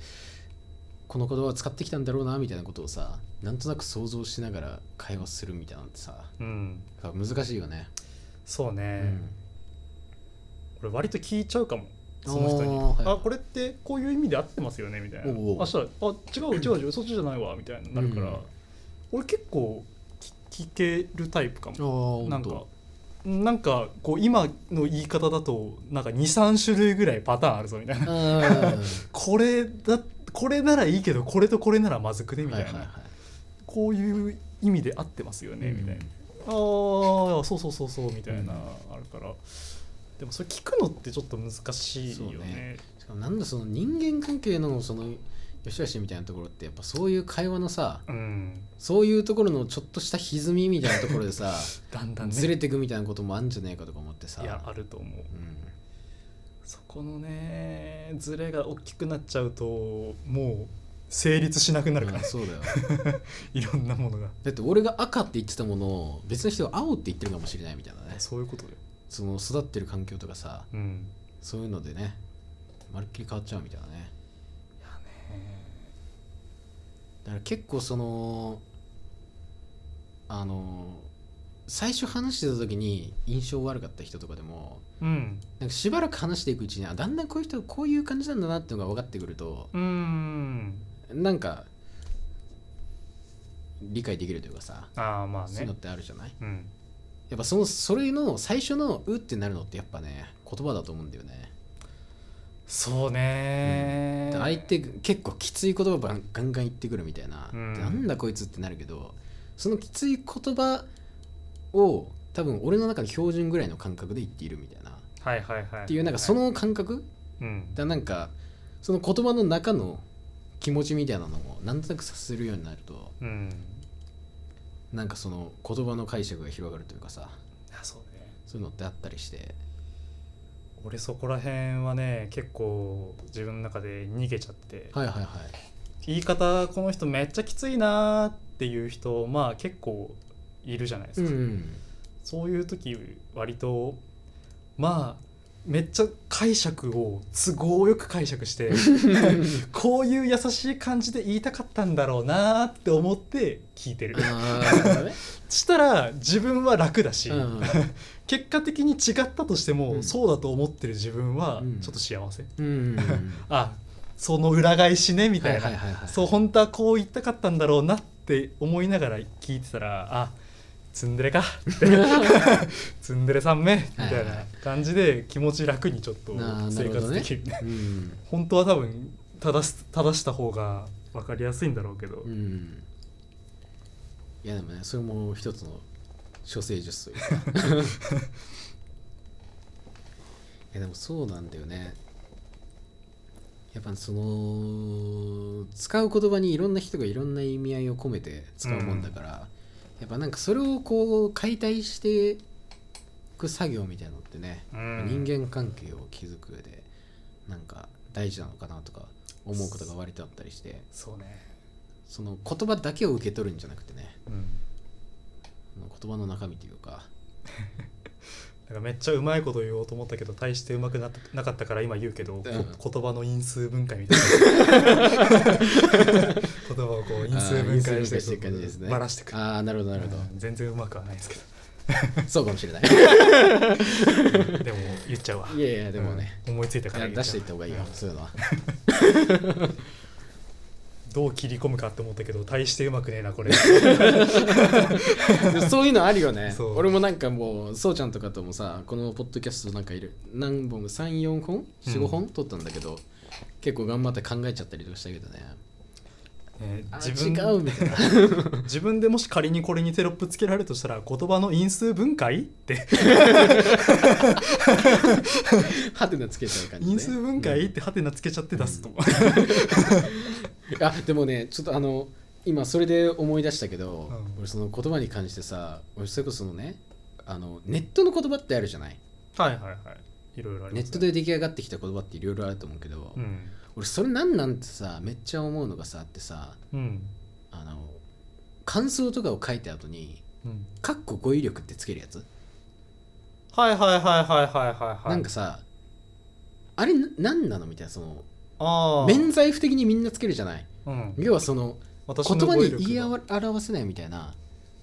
S1: この言葉を使ってきたんだろうなみたいなことをさなんとなく想像しながら会話するみたいなのってさ
S2: うん、
S1: 難しいよね、
S2: そう
S1: う
S2: ね、
S1: ん
S2: 俺割と聞いちゃうかもその人に「
S1: あ
S2: あ,、
S1: ーはい
S2: これってこういう意味で合ってますよね」みたいな
S1: おうおう
S2: 「あしたらあ違う違う違うそっちじゃないわ」みたいになるから、
S1: うん
S2: 俺結構聞聞けるタイプかも
S1: あー
S2: な
S1: ほ
S2: ん
S1: と
S2: かなんかこう今の言い方だとなんか23種類ぐらいパターンあるぞ み たいな
S1: う
S2: これだこれならいいけどこれとこれならまずくね
S1: ん
S2: み
S1: は
S2: た
S1: い
S2: い
S1: は
S2: な、
S1: いは
S2: こういう意味で合ってますよね、
S1: うん
S2: みたいなああそうそうそうそうみたいな、
S1: うん
S2: あるからでもそれ聞くのってちょっと難しいよ
S1: そう
S2: ね
S1: ねい。しかもなんだその人間関係のその吉しみたいなところってやっぱそういう会話のさ
S2: うん
S1: そういうところのちょっとした歪みみたいなところでさ
S2: だん だんね
S1: ずれていくみたいなこともあんじゃねえかとか思ってさ
S2: いやあると思う
S1: うん
S2: そこのねずれが大きくなっちゃうともう成立しなくなるから、
S1: うんそうだよ
S2: いろんなものが
S1: だって俺が赤って言ってたものを別の人が青って言ってるかもしれないみたいなね
S2: そういうことで
S1: その育ってる環境とかさ
S2: うん
S1: そういうのでねまるっきり変わっちゃうみたいなねだから結構そのあの最初話してた時に印象悪かった人とかでも
S2: うん
S1: なんかしばらく話していくうちにあだんだんこういう人こういう感じなんだなっていうのが分かってくると
S2: うん
S1: なんか理解できるというかさ
S2: ああまあ
S1: そういうの
S2: ね
S1: ってあるじゃない
S2: うん
S1: やっぱそのそれの最初の「う」ってなるのってやっぱね言葉だと思うんだよね
S2: そうね、
S1: 相手結構きつい言葉ばんガンガン言ってくるみたいな、
S2: うん
S1: なんだこいつってなるけどそのきつい言葉を多分俺の中で標準ぐらいの感覚で言っているみたいなっ
S2: はいはいはい
S1: ていうなんかそ、の感覚
S2: うん、
S1: だなんかその言葉の中の気持ちみたいなのもなんとなくさせるようになると
S2: うん、
S1: なんかその言葉の解釈が広がるというかさ
S2: あそうね
S1: そういうのってあったりして
S2: 俺そこら辺はね結構自分の中で逃げちゃって、
S1: はいはいはい
S2: 言い方この人めっちゃきついなーっていう人まあ結構いるじゃないです
S1: うん
S2: か、
S1: うん
S2: そういう時割とまあめっちゃ解釈を都合よく解釈して こういう優しい感じで言いたかったんだろうなーって思って聞いてる
S1: あ ー
S2: したら自分は楽だし、
S1: うん
S2: 結果的に違ったとしても、
S1: うん
S2: そうだと思ってる自分は
S1: うん
S2: ちょっと幸せ、
S1: うん
S2: あその裏返し ねみ
S1: は
S2: たい
S1: い
S2: な、
S1: はいはいはい
S2: そう本当はこう言いたかったんだろうなって思いながら聞いてたらあツンデ レかってツンデレさんめみた
S1: はいいは
S2: ない感じで気持ち楽にちょっと
S1: あーな
S2: 生
S1: るほど
S2: 活で
S1: ね
S2: きるね
S1: うん
S2: 本当は多分正す正した方が分かりやすいんだろうけど、
S1: うんいやでもねそれも一つの処世術というかいやでもそうなんだよねやっぱその使う言葉にいろんな人がいろんな意味合いを込めて使うもんだから、やっぱなんかそれをこう解体していく作業みたいなのってね、
S2: うん
S1: 人間関係を築く上でなんか大事なのかなとか思うことが割とあったりして
S2: そうね、
S1: その言葉だけを受け取るんじゃなくてね
S2: うん、
S1: 言葉の中身というか
S2: なんかめっちゃうまいこと言おうと思ったけど大してうまくなっなかったから今言うけど、こ言葉の因数分解みたいな言葉をこう因数分解して
S1: あー因数分解していく感じですね
S2: バラしてくる
S1: ああなるほどなるほど、
S2: うん全然うまくはないですけ
S1: そうかもしれない
S2: どでも言っちゃうわ
S1: いやいやでもね、
S2: うん思いついた
S1: い
S2: か
S1: や
S2: ら言
S1: 出
S2: っ
S1: し
S2: ち
S1: て
S2: ゃ
S1: いうった方がいいよ、
S2: うん
S1: そういうのは
S2: どう切り込むかって思ったけど大してうまくねえ なこれ
S1: でもそういうのあるよね
S2: そう
S1: 俺もなんかもうそうちゃんとかともさこのポッドキャストなんかいる何本34本45本、撮ったんだけど結構頑張って考えちゃったりとかしたけどね
S2: え
S1: あ
S2: ー
S1: 違うみたいな
S2: 自分でもし仮にこれにテロップつけられるとしたら言葉の因数分解って
S1: ハテナつけちゃう感じ、ね、
S2: 因数分解
S1: う
S2: っ
S1: ん
S2: てハテナつけちゃって出すと思
S1: あでもねちょっとあの今それで思い出したけど、
S2: うん
S1: 俺その言葉に関してさ俺それこそそのねあのネットの言葉ってあるじゃない、
S2: うはいはいはいいろいろあり
S1: ネッ
S2: ます
S1: ト
S2: ね
S1: で出来上がってきた言葉っていろいろあると思うけど、
S2: うん
S1: 俺それなんなんてさめっちゃ思うのがさあってさ
S2: うん
S1: あの感想とかを書いた後に
S2: うん
S1: 「かっこ語彙力」ってつけるやつ、
S2: はいはいはいはいはいはいはい
S1: なんかさあれな何なのみたいなその
S2: ああ
S1: 免罪符的にみんなつけるじゃない
S2: うん、
S1: 要はその
S2: 私
S1: 言
S2: の
S1: 葉
S2: 語
S1: に
S2: 彙力が
S1: 言い表せないみたいな、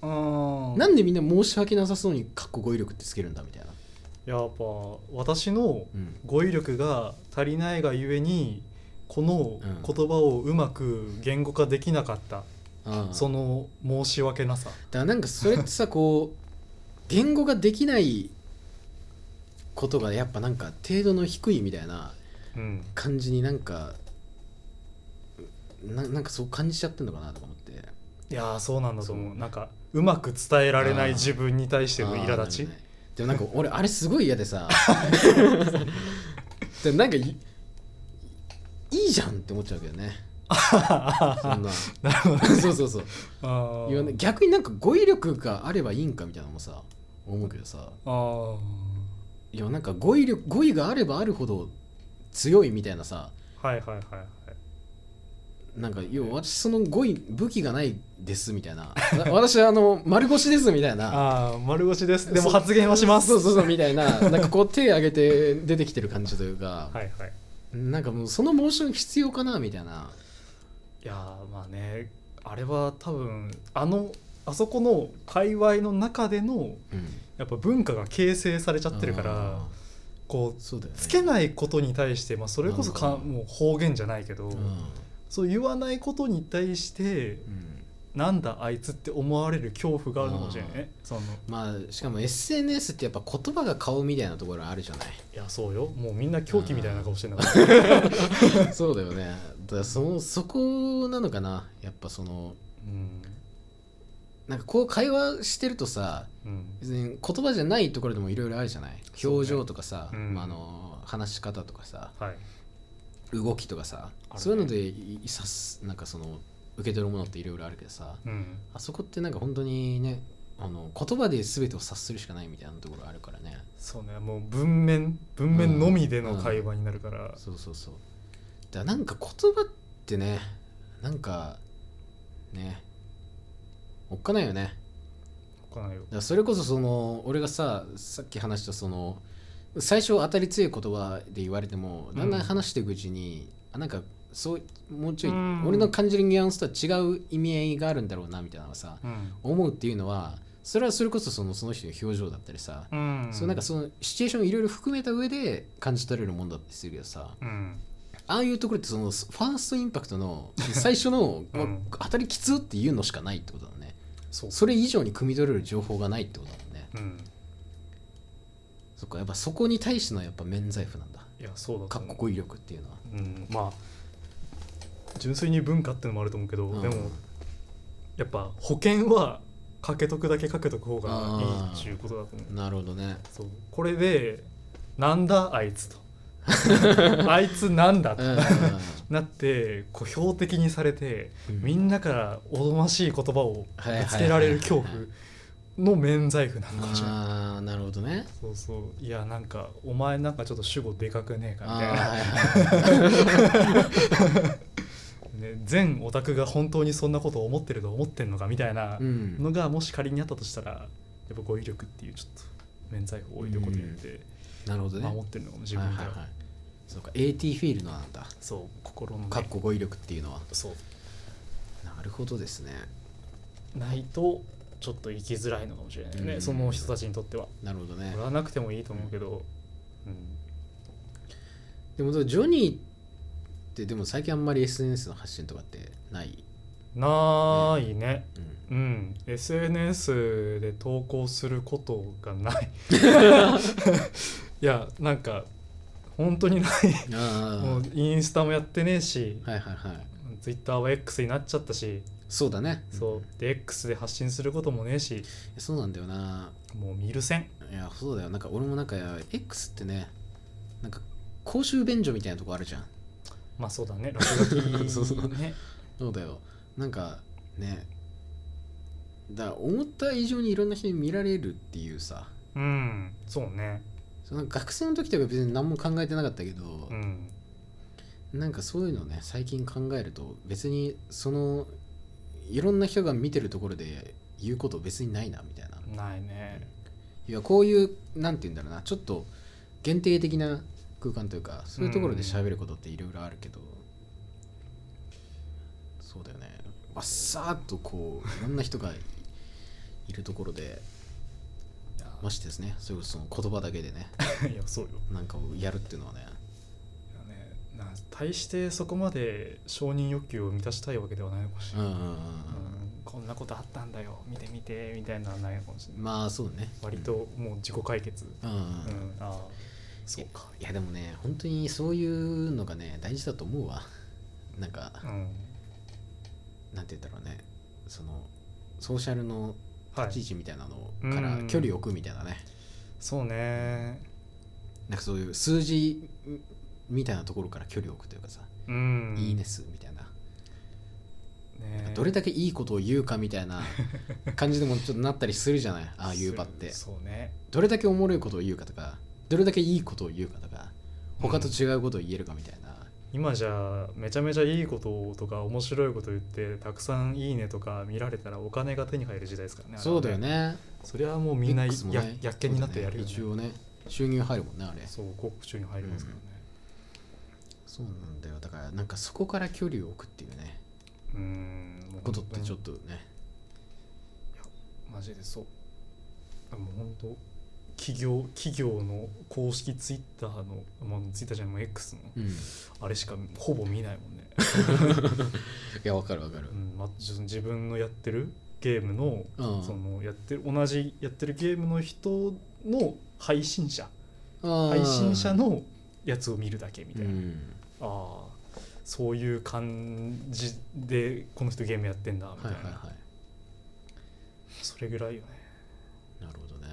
S2: うん
S1: なんでみんな申し訳なさそうに「かっこ語彙力」ってつけるんだみたいな、
S2: やっぱ私の
S1: うん、
S2: 語彙力が足りないがゆえにこの
S1: うん
S2: 言葉をうまく言語化できなかった、
S1: ああ
S2: その申し訳なさ
S1: だからなんかそれってさこう言語ができないことがやっぱなんか程度の低いみたいな
S2: うん
S1: 感じになんかななんかそう感じちゃってんのかなとか思って
S2: いやーそうなんだと思うなんかうまく伝えられない自分に対しての苛立ち、
S1: あーなるほどねでもなんか俺あれすごい嫌で さでもなんかいいいじゃんって思っちゃうけ どねそんな
S2: なるほど
S1: そうそうそう
S2: あ
S1: 言わない逆になんか語彙力があればいいんかみたいなのもさ思うけどさ
S2: あー
S1: いやなんか語彙力語彙があればあるほど強いみたいなさ
S2: はいはいはいはい
S1: なんか要は私その語彙武器がないですみたいなわ私あの丸腰ですみたいな
S2: ああ丸腰ですでも発言はします
S1: そうそうそうみたい ななんかこう手挙げて出てきてる感じというか、
S2: はいはい
S1: なんかもうそのモーション必要かなみたいない
S2: やーまあねあれは多分あのあそこの界隈の中での
S1: うん
S2: やっぱ文化が形成されちゃってるか
S1: あ
S2: ら
S1: ー
S2: こう
S1: そうだよね
S2: つけないことに対して、まあ、それこそか
S1: うん
S2: もう方言じゃないけど、
S1: うん
S2: そう言わないことに対して
S1: うん
S2: なんだあいつって思われる恐怖があるのかもしれないねそのい
S1: まあしかも SNS ってやっぱ言葉が顔みたいなところあるじゃない
S2: やそうよもうみんな狂気みたいな顔してんだから
S1: そうだよねだからそのそこなのかなやっぱその
S2: うん
S1: なんかこう会話してるとさ
S2: うん
S1: 別に言葉じゃないところでもいろいろあるじゃない
S2: そうね
S1: 表情とかさ、
S2: うん
S1: まあ、あの話し方とかさ
S2: はい
S1: 動きとかさ、
S2: あるね
S1: そういうのでいいさすなんかその受け取るものっていろいろあるけどさ
S2: うん
S1: あそこってなんか本当にねあの言葉で全てを察するしかないみたいなところあるからね
S2: そうねもう文面文面のみでの会話になるから、
S1: そうそうそうだからなんか言葉ってねなんかねおっかないよね
S2: 他ないよ
S1: だからそれこそその俺がささっき話したその最初当たり強い言葉で言われてもだんだん話していくうちに、あなんかそうもうちょい、
S2: うん
S1: 俺の感じるニュアンスとは違う意味合いがあるんだろうなみたいなのがさ
S2: うん
S1: 思うっていうのはそれはそれこそそのその人の表情だったりさ、
S2: うん
S1: そうなんかそのシチュエーションいろいろ含めた上で感じ取れるもんだったりするけどさ
S2: うん
S1: ああいうところってそのファーストインパクトの最初 の、
S2: う
S1: まあ
S2: ん
S1: 当たりきつっていうのしかないってことだね
S2: そう
S1: それ以上に汲み取れる情報がないってことだもんね
S2: うん
S1: そっかやっぱそこに対してのやっぱ免罪符なんだ
S2: いやそうだと
S1: かっ
S2: 思う
S1: こ語彙力っていうのは、
S2: うん、まあ純粋に文化ってのもあると思うけど、
S1: うん
S2: でもやっぱ保険はかけとくだけかけとく方 がいいっていうことだと思う
S1: なるほどね
S2: そうこれでなんだあいつとあいつなんだ
S1: う
S2: と
S1: んうん
S2: なってこう標的にされて、
S1: うん
S2: みんなからおぞましい言葉を
S1: はいはいはいはい
S2: ぶつけられる恐怖の免罪符なのかもしれない。
S1: ああなるほどね
S2: そうそういやなんかお前なんかちょっと主語でかくねえかみ
S1: あ
S2: たい
S1: ー
S2: な、
S1: は
S2: ね、
S1: いはいはい
S2: 全オタクが本当にそんなことを思ってると思ってんのかみたいな
S1: うん
S2: のがもし仮にあったとしたらやっぱ語彙力っていうちょっと免罪符を置いておくことによって
S1: なるほどね
S2: 守ってるのかも自
S1: はい
S2: 分
S1: は
S2: で
S1: い
S2: は
S1: はいそうか AT フィールドなんだ
S2: そう心のね
S1: かっこ語彙力っていうのは
S2: そう
S1: なるほどですね
S2: ないとちょっと生きづらいのかもしれないよね、
S1: うん
S2: その人たちにとっては。
S1: なるほどね
S2: 俺はなくてもいいと思うけど、うん、
S1: でもジョニーってでも最近あんまり SNS の発信とかってない、
S2: なーいね、
S1: うん、
S2: うん、SNS で投稿することがない いやなんか本当にないも
S1: あ
S2: うインスタもやってねえし
S1: あはいはいはい
S2: ツイッターは X になっちゃったし
S1: そうだね
S2: そうで X で発信することもねえし
S1: そうなんだよな
S2: もう見るせん
S1: いやそうだよなんか俺もなんか X ってねなんか公衆便所みたいなとこあるじゃん
S2: まあそうだ ね落書きね
S1: そうそうそうだよなんかねだから思った以上にいろんな人に見られるっていうさ
S2: うんそうね
S1: その学生の時とか別に何も考えてなかったけど
S2: う、ん
S1: なんかそういうのね最近考えると別にそのいろんな人が見てるところで言うこと別にないなみたいな
S2: ないね
S1: いやこういうなんて言うんだろうなちょっと限定的な空間というかそういうところで喋ることっていろいろあるけど、そうだよねわっさーっとこういろんな人がいいるところで
S2: いや
S1: ましてですねそれこそその言葉だけでね
S2: いやそうよ
S1: なんかをやるっていうのはね
S2: いやねな対してそこまで承認欲求を満たしたいわけではないのかもしれ
S1: うん
S2: な
S1: う
S2: い、
S1: んうんうん
S2: うんこんなことあったんだよ見て見てみたいなのはないのかもしれない
S1: まあそうね
S2: 割ともう自己解決、
S1: うんうん
S2: うん
S1: うん
S2: ああそうか、
S1: いやでもね本当にそういうのがね大事だと思うわなんか
S2: うん、
S1: なんて言ったらねそのソーシャルの
S2: は
S1: 立ち位
S2: い
S1: 置みたいなの
S2: うん
S1: から距離を置くみたいなね、
S2: そうね
S1: なんかそういう数字みたいなところから距離を置くというかさ、
S2: うん
S1: いいですみたいな、
S2: ね
S1: どれだけいいことを言うかみたいな 感じでもちょっとなったりするじゃないああいう場って
S2: するそうね
S1: どれだけおもろいことを言うかとかどれだけいいことを言うかとか他と違うことを言えるかみたいな、
S2: 今じゃめちゃめちゃいいこととか面白いこと言ってたくさん「いいね」とか見られたらお金が手に入る時代ですからね
S1: そうだよ
S2: あれは
S1: ね
S2: それはもうみんなや
S1: X もね
S2: やっけになってやるよ、ね、
S1: そうだよね一応ね収入入るもんねあれ
S2: そう広告中に入りますからね、
S1: そうなんだよだからなんかそこから距離を置くっていうね
S2: うーん
S1: ことってちょっ
S2: と
S1: とね、
S2: マジでそうでも本当企業企業の公式ツイッターの、まあ、ツイッターじゃないもう X の
S1: うん、い
S2: あれしかほぼ見ないもんね、
S1: やわかるわかる
S2: うんまあ、ちょっと自分のやってるゲームの,、
S1: うん
S2: そのやってる同じやってるゲームの人の配信者配
S1: 配
S2: 信者のやつを見るだけみたいな、
S1: うん
S2: ああそういう感じでこの人ゲームやってんだみた
S1: はいいは
S2: な、
S1: いはい
S2: それぐらいよね
S1: なるほどね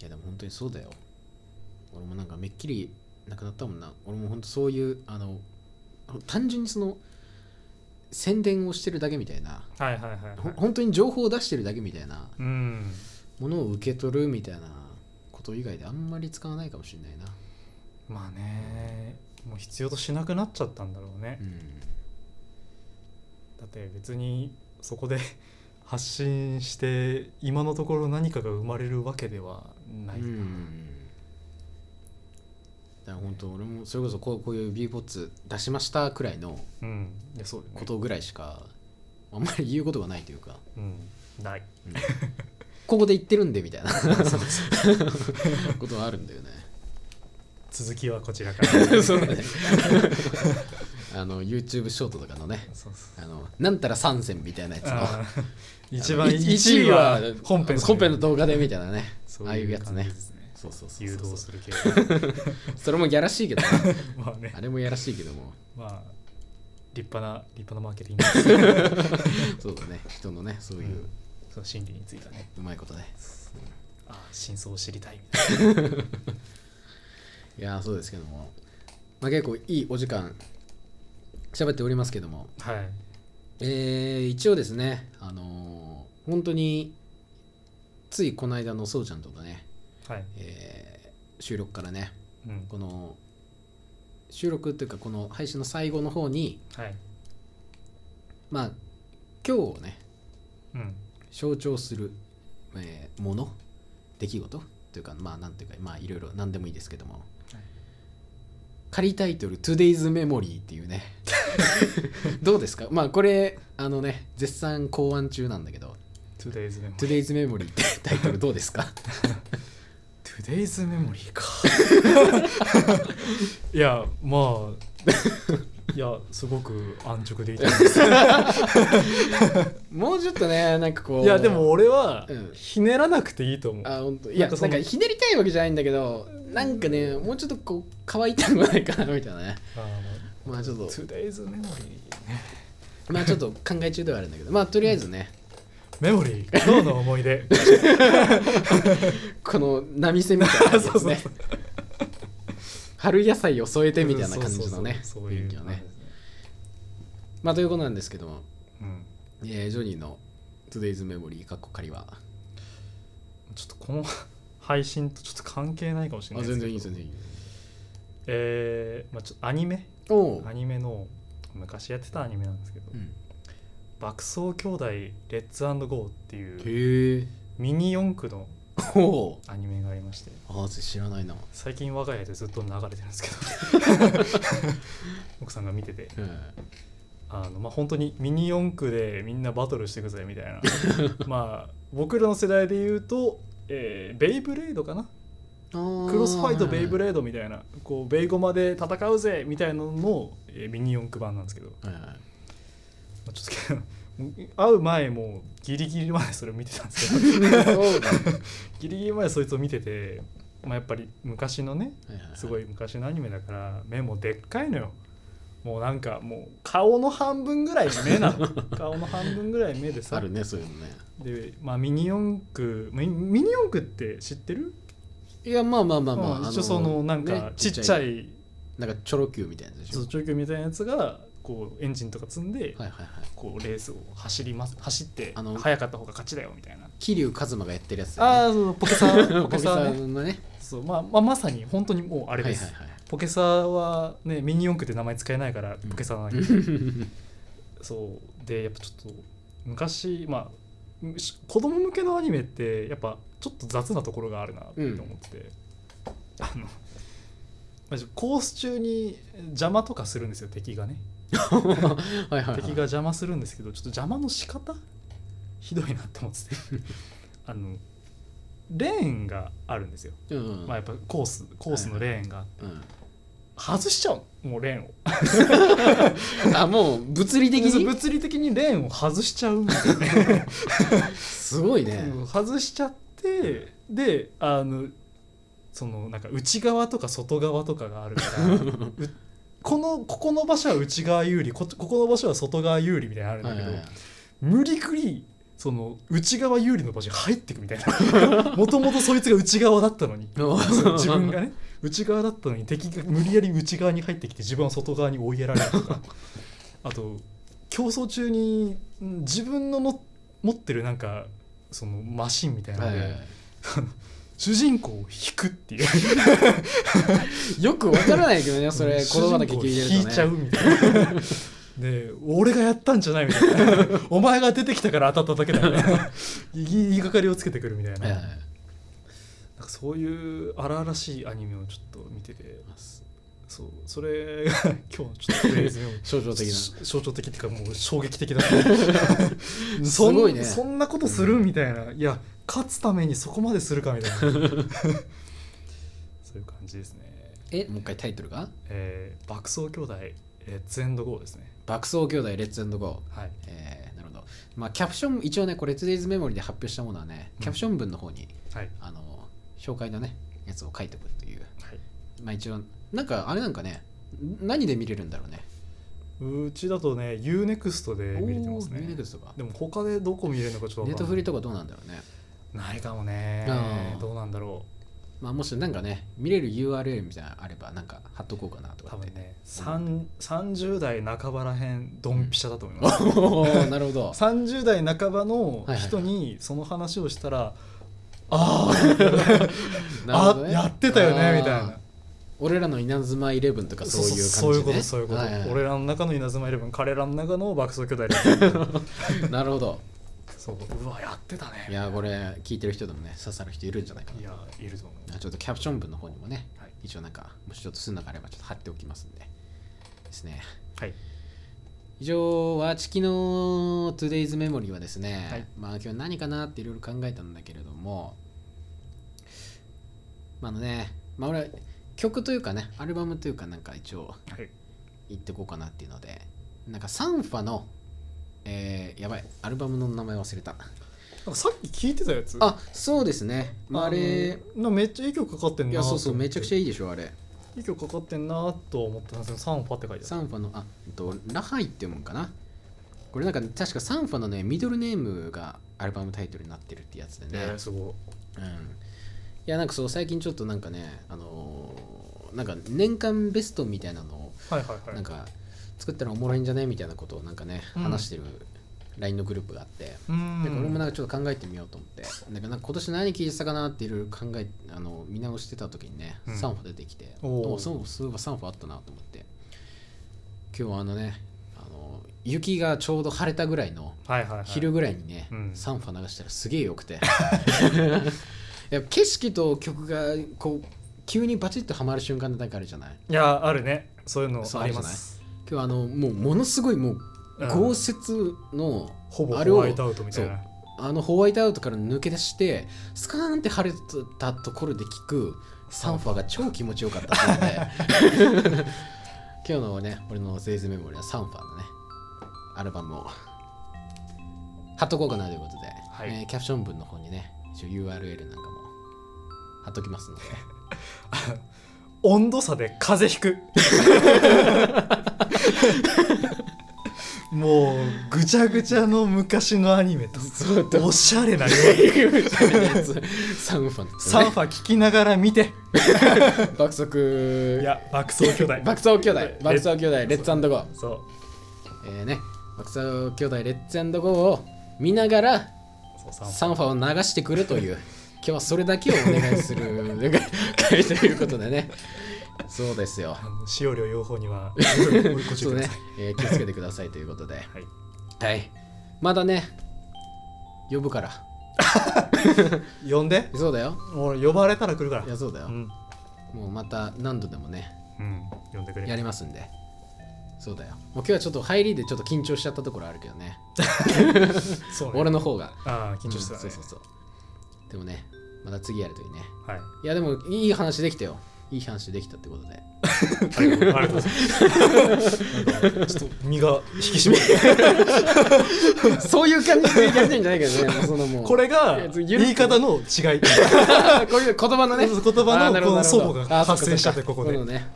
S1: いやでも本当にそうだよ俺もなんかめっきりなくなったもんな俺も本当そういうあの単純にその宣伝をしてるだけみたいな
S2: はいはいはい、
S1: ほ本当に情報を出してるだけみたいな
S2: うん
S1: ものを受け取るみたいなこと以外であんまり使わないかもしれないな
S2: まあねもう必要としなくなっちゃったんだろうね、
S1: うん
S2: だって別にそこで 発信して今のところ何かが生まれるわけではない、
S1: うんだから本当俺もそれこそこうこういう B ポッツ出しましたくらいの
S2: うんいやそうだよね
S1: ことぐらいしかあんまり言うことがないというか
S2: うんない
S1: ここで言ってるんでみたいな ことはあるんだよね
S2: 続きはこち らからそうそう
S1: あの YouTube ショートとかのね
S2: そう
S1: あのなんたら3選みたいなやつの
S2: あー一
S1: あ
S2: 番
S1: のい一
S2: 一位は本編
S1: 本編の動画でみたいなね
S2: そう
S1: ああいうやつ
S2: 感じ
S1: ね
S2: ですね
S1: そうそうそう
S2: 誘
S1: そう
S2: 導する系
S1: それもやらしいけ どな
S2: まあね
S1: あれもやらしいけども
S2: まあ立派な立派なマーケティ ングですね
S1: そうだね人のねそう
S2: う
S1: い
S2: ん
S1: う
S2: その心理についてね
S1: うまいことね
S2: ああ真相を知りたいみたいな
S1: いやーそうですけども、まあ、結構いいお時間喋っておりますけども、
S2: はい
S1: えー一応ですねあのー本当についこの間のそうちゃんとのね、
S2: はい、
S1: えー収録からね
S2: うん、
S1: この収録というかこの配信の最後の方に
S2: はい、
S1: まあ今日をね
S2: うん、
S1: 象徴する、えーもの出来事というかまあなんていうかまあいろいろ何でもいいですけども、仮タイトル「Today's Memory」っていうね どうですかまあこれあのね絶賛考案中なんだけど
S2: トゥデイズ
S1: 「
S2: メモリ
S1: Today's Memory」
S2: ー
S1: ってタイトルどうですか
S2: トゥデイズメモリーかいやまあいやすごく安直でいいと思います
S1: もうちょっとねなんかこう
S2: いやでも俺は
S1: うん
S2: ひねらなくていいと思う、
S1: あ本当いや
S2: なんか
S1: なん
S2: その
S1: かひねりたいわけじゃないんだけどなんかねもうちょっとこう乾いたのがないかなみたいなね
S2: あ
S1: まあちょっ
S2: の
S1: と
S2: トゥデイズメモリーね
S1: まあちょっと考え中ではあるんだけどまあとりあえずね
S2: メモリー今日の思い出
S1: この波線みたいな感じ
S2: そ
S1: で
S2: う
S1: す
S2: そう
S1: ね
S2: そう
S1: 春野菜を添えて みたいな感じのね
S2: そうそうそうそうい
S1: 雰囲
S2: う
S1: 気を
S2: 感じ
S1: ね
S2: ですね
S1: まあということなんですけども、
S2: うん
S1: えージョニーの Today's Memory かっこ仮は
S2: ちょっとこの配信とちょっと関係ないかもしれ
S1: あ
S2: ないです
S1: 全
S2: けど
S1: 然いい全然いい
S2: えーまあ、ちょっとアニメ
S1: おお
S2: アニメの昔やってたアニメなんですけど
S1: うん
S2: 「爆走兄弟レッツゴー」っていう
S1: へえ
S2: ミニ四駆の
S1: おお
S2: アニメがありまして
S1: あー知らないな
S2: 最近我が家でずっと流れてるんですけど 奥さんが見てて
S1: うん
S2: あのまあ本当にミニ四駆でみんなバトルしてくぜみたい なまあ僕らの世代で言うと、えーベイブレードかなクロスファイトベイブ
S1: レ
S2: レードみたいなこうベイゴマで戦うぜみたいなのの、えーミニ四駆版なんですけど、まあちょっともう 会う前もうギリギリまでそれを見てたんですけど
S1: そうだ
S2: ギリギリまでそいつを見てて、まあ、やっぱり昔のね
S1: はいはいはい
S2: すごい昔のアニメだから目もでっかいのよもうなんかもう顔の半分ぐらい目 なの顔の半分ぐらい目で
S1: あ
S2: さ
S1: るねそういうのね
S2: で、まあ、ミニ四駆ミミニ四駆って知ってる、
S1: いやまあまあまあまあ
S2: うん
S1: あ
S2: 一応そのなんか
S1: ね
S2: ちっちゃい
S1: なんかチョロ Q みたいなやつでし
S2: そ
S1: ょ
S2: う長距離みたいなやつがこうエンジンとか積んで、
S1: はいはいはい
S2: こうレースを走ります走って
S1: あの
S2: 速かった方が勝ちだよみたいな
S1: 桐生一馬がやってるやつだよね
S2: ああそうポケサー
S1: ポ
S2: ポ
S1: ケ
S2: ケ
S1: サ
S2: サー、ね、
S1: ーのね
S2: そうまあ、まあ、まさに本当にもうあれです、
S1: はいはいはい
S2: ポケサーはねミニ四駆って名前使えないからポケサーなんだけど、そうでやっぱちょっと昔まあむし子供向けのアニメってやっぱちょっと雑なところがあるなって思って、あのまあコース中に邪魔とかするんですよ敵がね
S1: はいはいはい
S2: 敵が邪魔するんですけどちょっと邪魔の仕方ひどいなって 思っててあのレーンがあるんですよ、
S1: うんうん
S2: まあやっぱコースコースのレーンがあって
S1: うん
S2: 外しちゃうのもうレーンを
S1: あもう物理的
S2: そう
S1: に
S2: 物理的にレーンを外しちゃうんですよね
S1: すごい ね
S2: うん外しちゃってであのそのなんか内側とか外側とかがあるから うこのここの場所は内側有利こここの場所は外側有利みたいなのあるんだ
S1: はい
S2: けど、
S1: はいはい
S2: 無理くりその内側有利の場所に入ってくみたいな もともとそいつが内側だったのにそう自分がね内側だったのに敵が無理やり内側に入ってきて自分は外側に追いやられる とかあと競争中にん自分のの持ってるなんかそのマシンみたいな
S1: は
S2: の
S1: い
S2: で、
S1: はいは
S2: 主人公を引くっていう
S1: いよくわからないけど ねそ れ
S2: 主
S1: 言
S2: 人公
S1: 葉
S2: を
S1: だけ聞いてるとね
S2: 引いちゃうみたいな。で俺がやったんじゃないみたい なお前が出てきたから当たっただけだみたいな言 いがかりをつけてくるみたいな,、
S1: はいはい
S2: なんかそういう荒々しいアニメをちょっと見ててそうそれ が今日ちょっとフレーズを
S1: 象徴的
S2: し象徴的っていうかもう衝 撃的だす
S1: ごいね
S2: そんなことするみたいな、いや勝つためにそこまでするかみたい なそういう感じですね
S1: えもう一回タイトルが
S2: えー、爆走兄弟レッツエンドゴーですね
S1: 「爆走兄弟レッツゴー
S2: はい」
S1: えーなるほどまあキャプション一応ねこれ「Today's Memory」で発表したものはねキャプション文の方に
S2: はい
S1: あの紹介のねやつを書いておくという
S2: はい
S1: まあ一応なんかあれなんかね何で見れるんだろうね
S2: うちだとね UNEXT で見れてますね
S1: おー Netflix とか
S2: でも他でどこ見れるのかちょっとわ
S1: ネッ
S2: か
S1: ト
S2: ん
S1: フ
S2: ない
S1: リとかどうなんだろうね
S2: ないかもね
S1: あー
S2: どうなんだろ
S1: まあ、もしなんかね見れる URL みたいなのあればなんか貼っとこうかなとか
S2: 多
S1: って
S2: 分ねさん30代半ばらへんドンピシャだと思います、
S1: おーなるほど
S2: 30代半ばの人にその話をしたら、 あー
S1: なるほ
S2: あ、
S1: どね
S2: やってたよ
S1: あ
S2: ね
S1: ー
S2: みたいな
S1: 俺らの稲妻イレブンとかそういう感
S2: そうい
S1: じ
S2: うこ
S1: ね
S2: とそういうこと、
S1: はいはい
S2: 俺らの中の稲妻イレブン彼らの中の爆走兄弟
S1: なるほど
S2: そううわやってたね
S1: いやーこれ聞いてる人でもね刺さる人いるんじゃないか
S2: いやいると思う
S1: なちょっとキャプション文の方にもね
S2: はい、
S1: 一応なんかもしちょっとすんながあればちょっと貼っておきますんでですね
S2: はい、
S1: 以上はチキの Today's Memory はですね、
S2: はい
S1: まあ今日何かなっていろいろ考えたんだけれどもまああのねまあ俺曲というかねアルバムというかなんか一応
S2: はい、
S1: 言ってこうかなっていうのでなんかサンファのえーやばいアルバムの名前忘れた
S2: なんかさっき聞いてたやつ
S1: あそうですね、まあ、あれ
S2: のなんかめっちゃいい曲かかってんない
S1: やそうそうめちゃくちゃいいでしょあれ
S2: いい曲かかってんなと思ったんですけどサンファって書いてある
S1: サンファのあえっとラハイっていうもんかなこれなんか確かサンファのねミドルネームがアルバムタイトルになってるってやつでね、
S2: えーすごい
S1: うんいやなんかそう最近ちょっとなんかねあのーなんか年間ベストみたいなのを
S2: はいはいは
S1: なん
S2: い
S1: か作ったらおもろいんじゃねみたいなことをなんかね
S2: うん
S1: 話してる LINE のグループがあって、
S2: うーん
S1: でこれもなんかちょっと考えてみようと思ってだからなんか今年何聞いてたかなっていろいろ考えあの見直してた時にね、
S2: うん
S1: サンファ出てきて
S2: おー
S1: おそうそういえばサンファあったなと思って今日はあのねあの雪がちょうど晴れたぐらいの
S2: はいはい、はい、
S1: 昼ぐらいにね、
S2: うん
S1: サンファ流したらすげえよくて いや景色と曲がこう急にバチッとはまる瞬間ってなんかあるじゃない
S2: いやあるねそういうの
S1: そう
S2: あります
S1: 今日はあのもうものすごいもう
S2: うん
S1: 豪雪の、
S2: ほぼ
S1: あれを
S2: ホワイトアウトみたいな
S1: あのホワイトアウトから抜け出してスカーンって晴れたところで聞くサンファが超気持ちよかったので今日のね俺のセーズメモリーはサンファのねアルバムを貼っとこうかなということで、
S2: はい
S1: えーキャプション文の方にね一応 URL なんかも貼っときますので
S2: 温度差で風邪 ひくもうぐちゃぐちゃの昔のアニメと
S1: そう
S2: おしゃれな料理
S1: サンファの、ね、
S2: サンファ聞きながら見 て
S1: 爆速
S2: いや爆走兄弟
S1: 爆走兄弟爆走兄弟レッツゴー
S2: そう
S1: えーね、爆走兄弟レッツゴーを見ながら
S2: そうサンファ
S1: サンファを流してくるという 今日はそれだけをお願いする 会ということでねそうですよ
S2: あの使用量用法にはご注
S1: ちょっと
S2: 意くださ
S1: ね
S2: い、
S1: えー気をつけてくださいということで
S2: はい
S1: はいまだね呼ぶから
S2: 呼んで
S1: そうだよ
S2: 俺呼ばれたら来るから
S1: いやそうだよ
S2: うん、
S1: もうまた何度でもね
S2: うん、呼んでくれ
S1: やりますんでそうだよもう今日はちょっと入りでちょっと緊張しちゃったところあるけどね
S2: そうね
S1: 俺の方が
S2: ああ緊張してたね、
S1: うんそうそうそうでもねまた次やるといいね
S2: はい
S1: いやでもいい話できたよいい話できたってことで
S2: ありがとうありがとうございますなんかちょっと身が引き締まる
S1: そういう感じでやりたいんじゃないけ どね、もうそのもう。
S2: これが
S1: いやゆるく
S2: 言い方の違い。
S1: こういう言葉のね、
S2: そうそう言葉の
S1: あーなるほど
S2: この祖母が
S1: なるほどあー
S2: 発生しちゃって
S1: そっか
S2: ここで
S1: そういうの ね、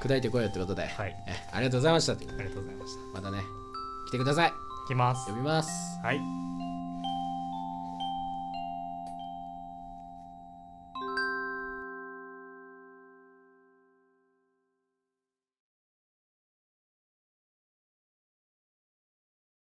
S1: 砕いてこいよってことで、
S2: はい
S1: えありがとうございました。
S2: ありがとうございました。
S1: またね、来てください。
S2: いきます
S1: 呼。びます。
S2: はい。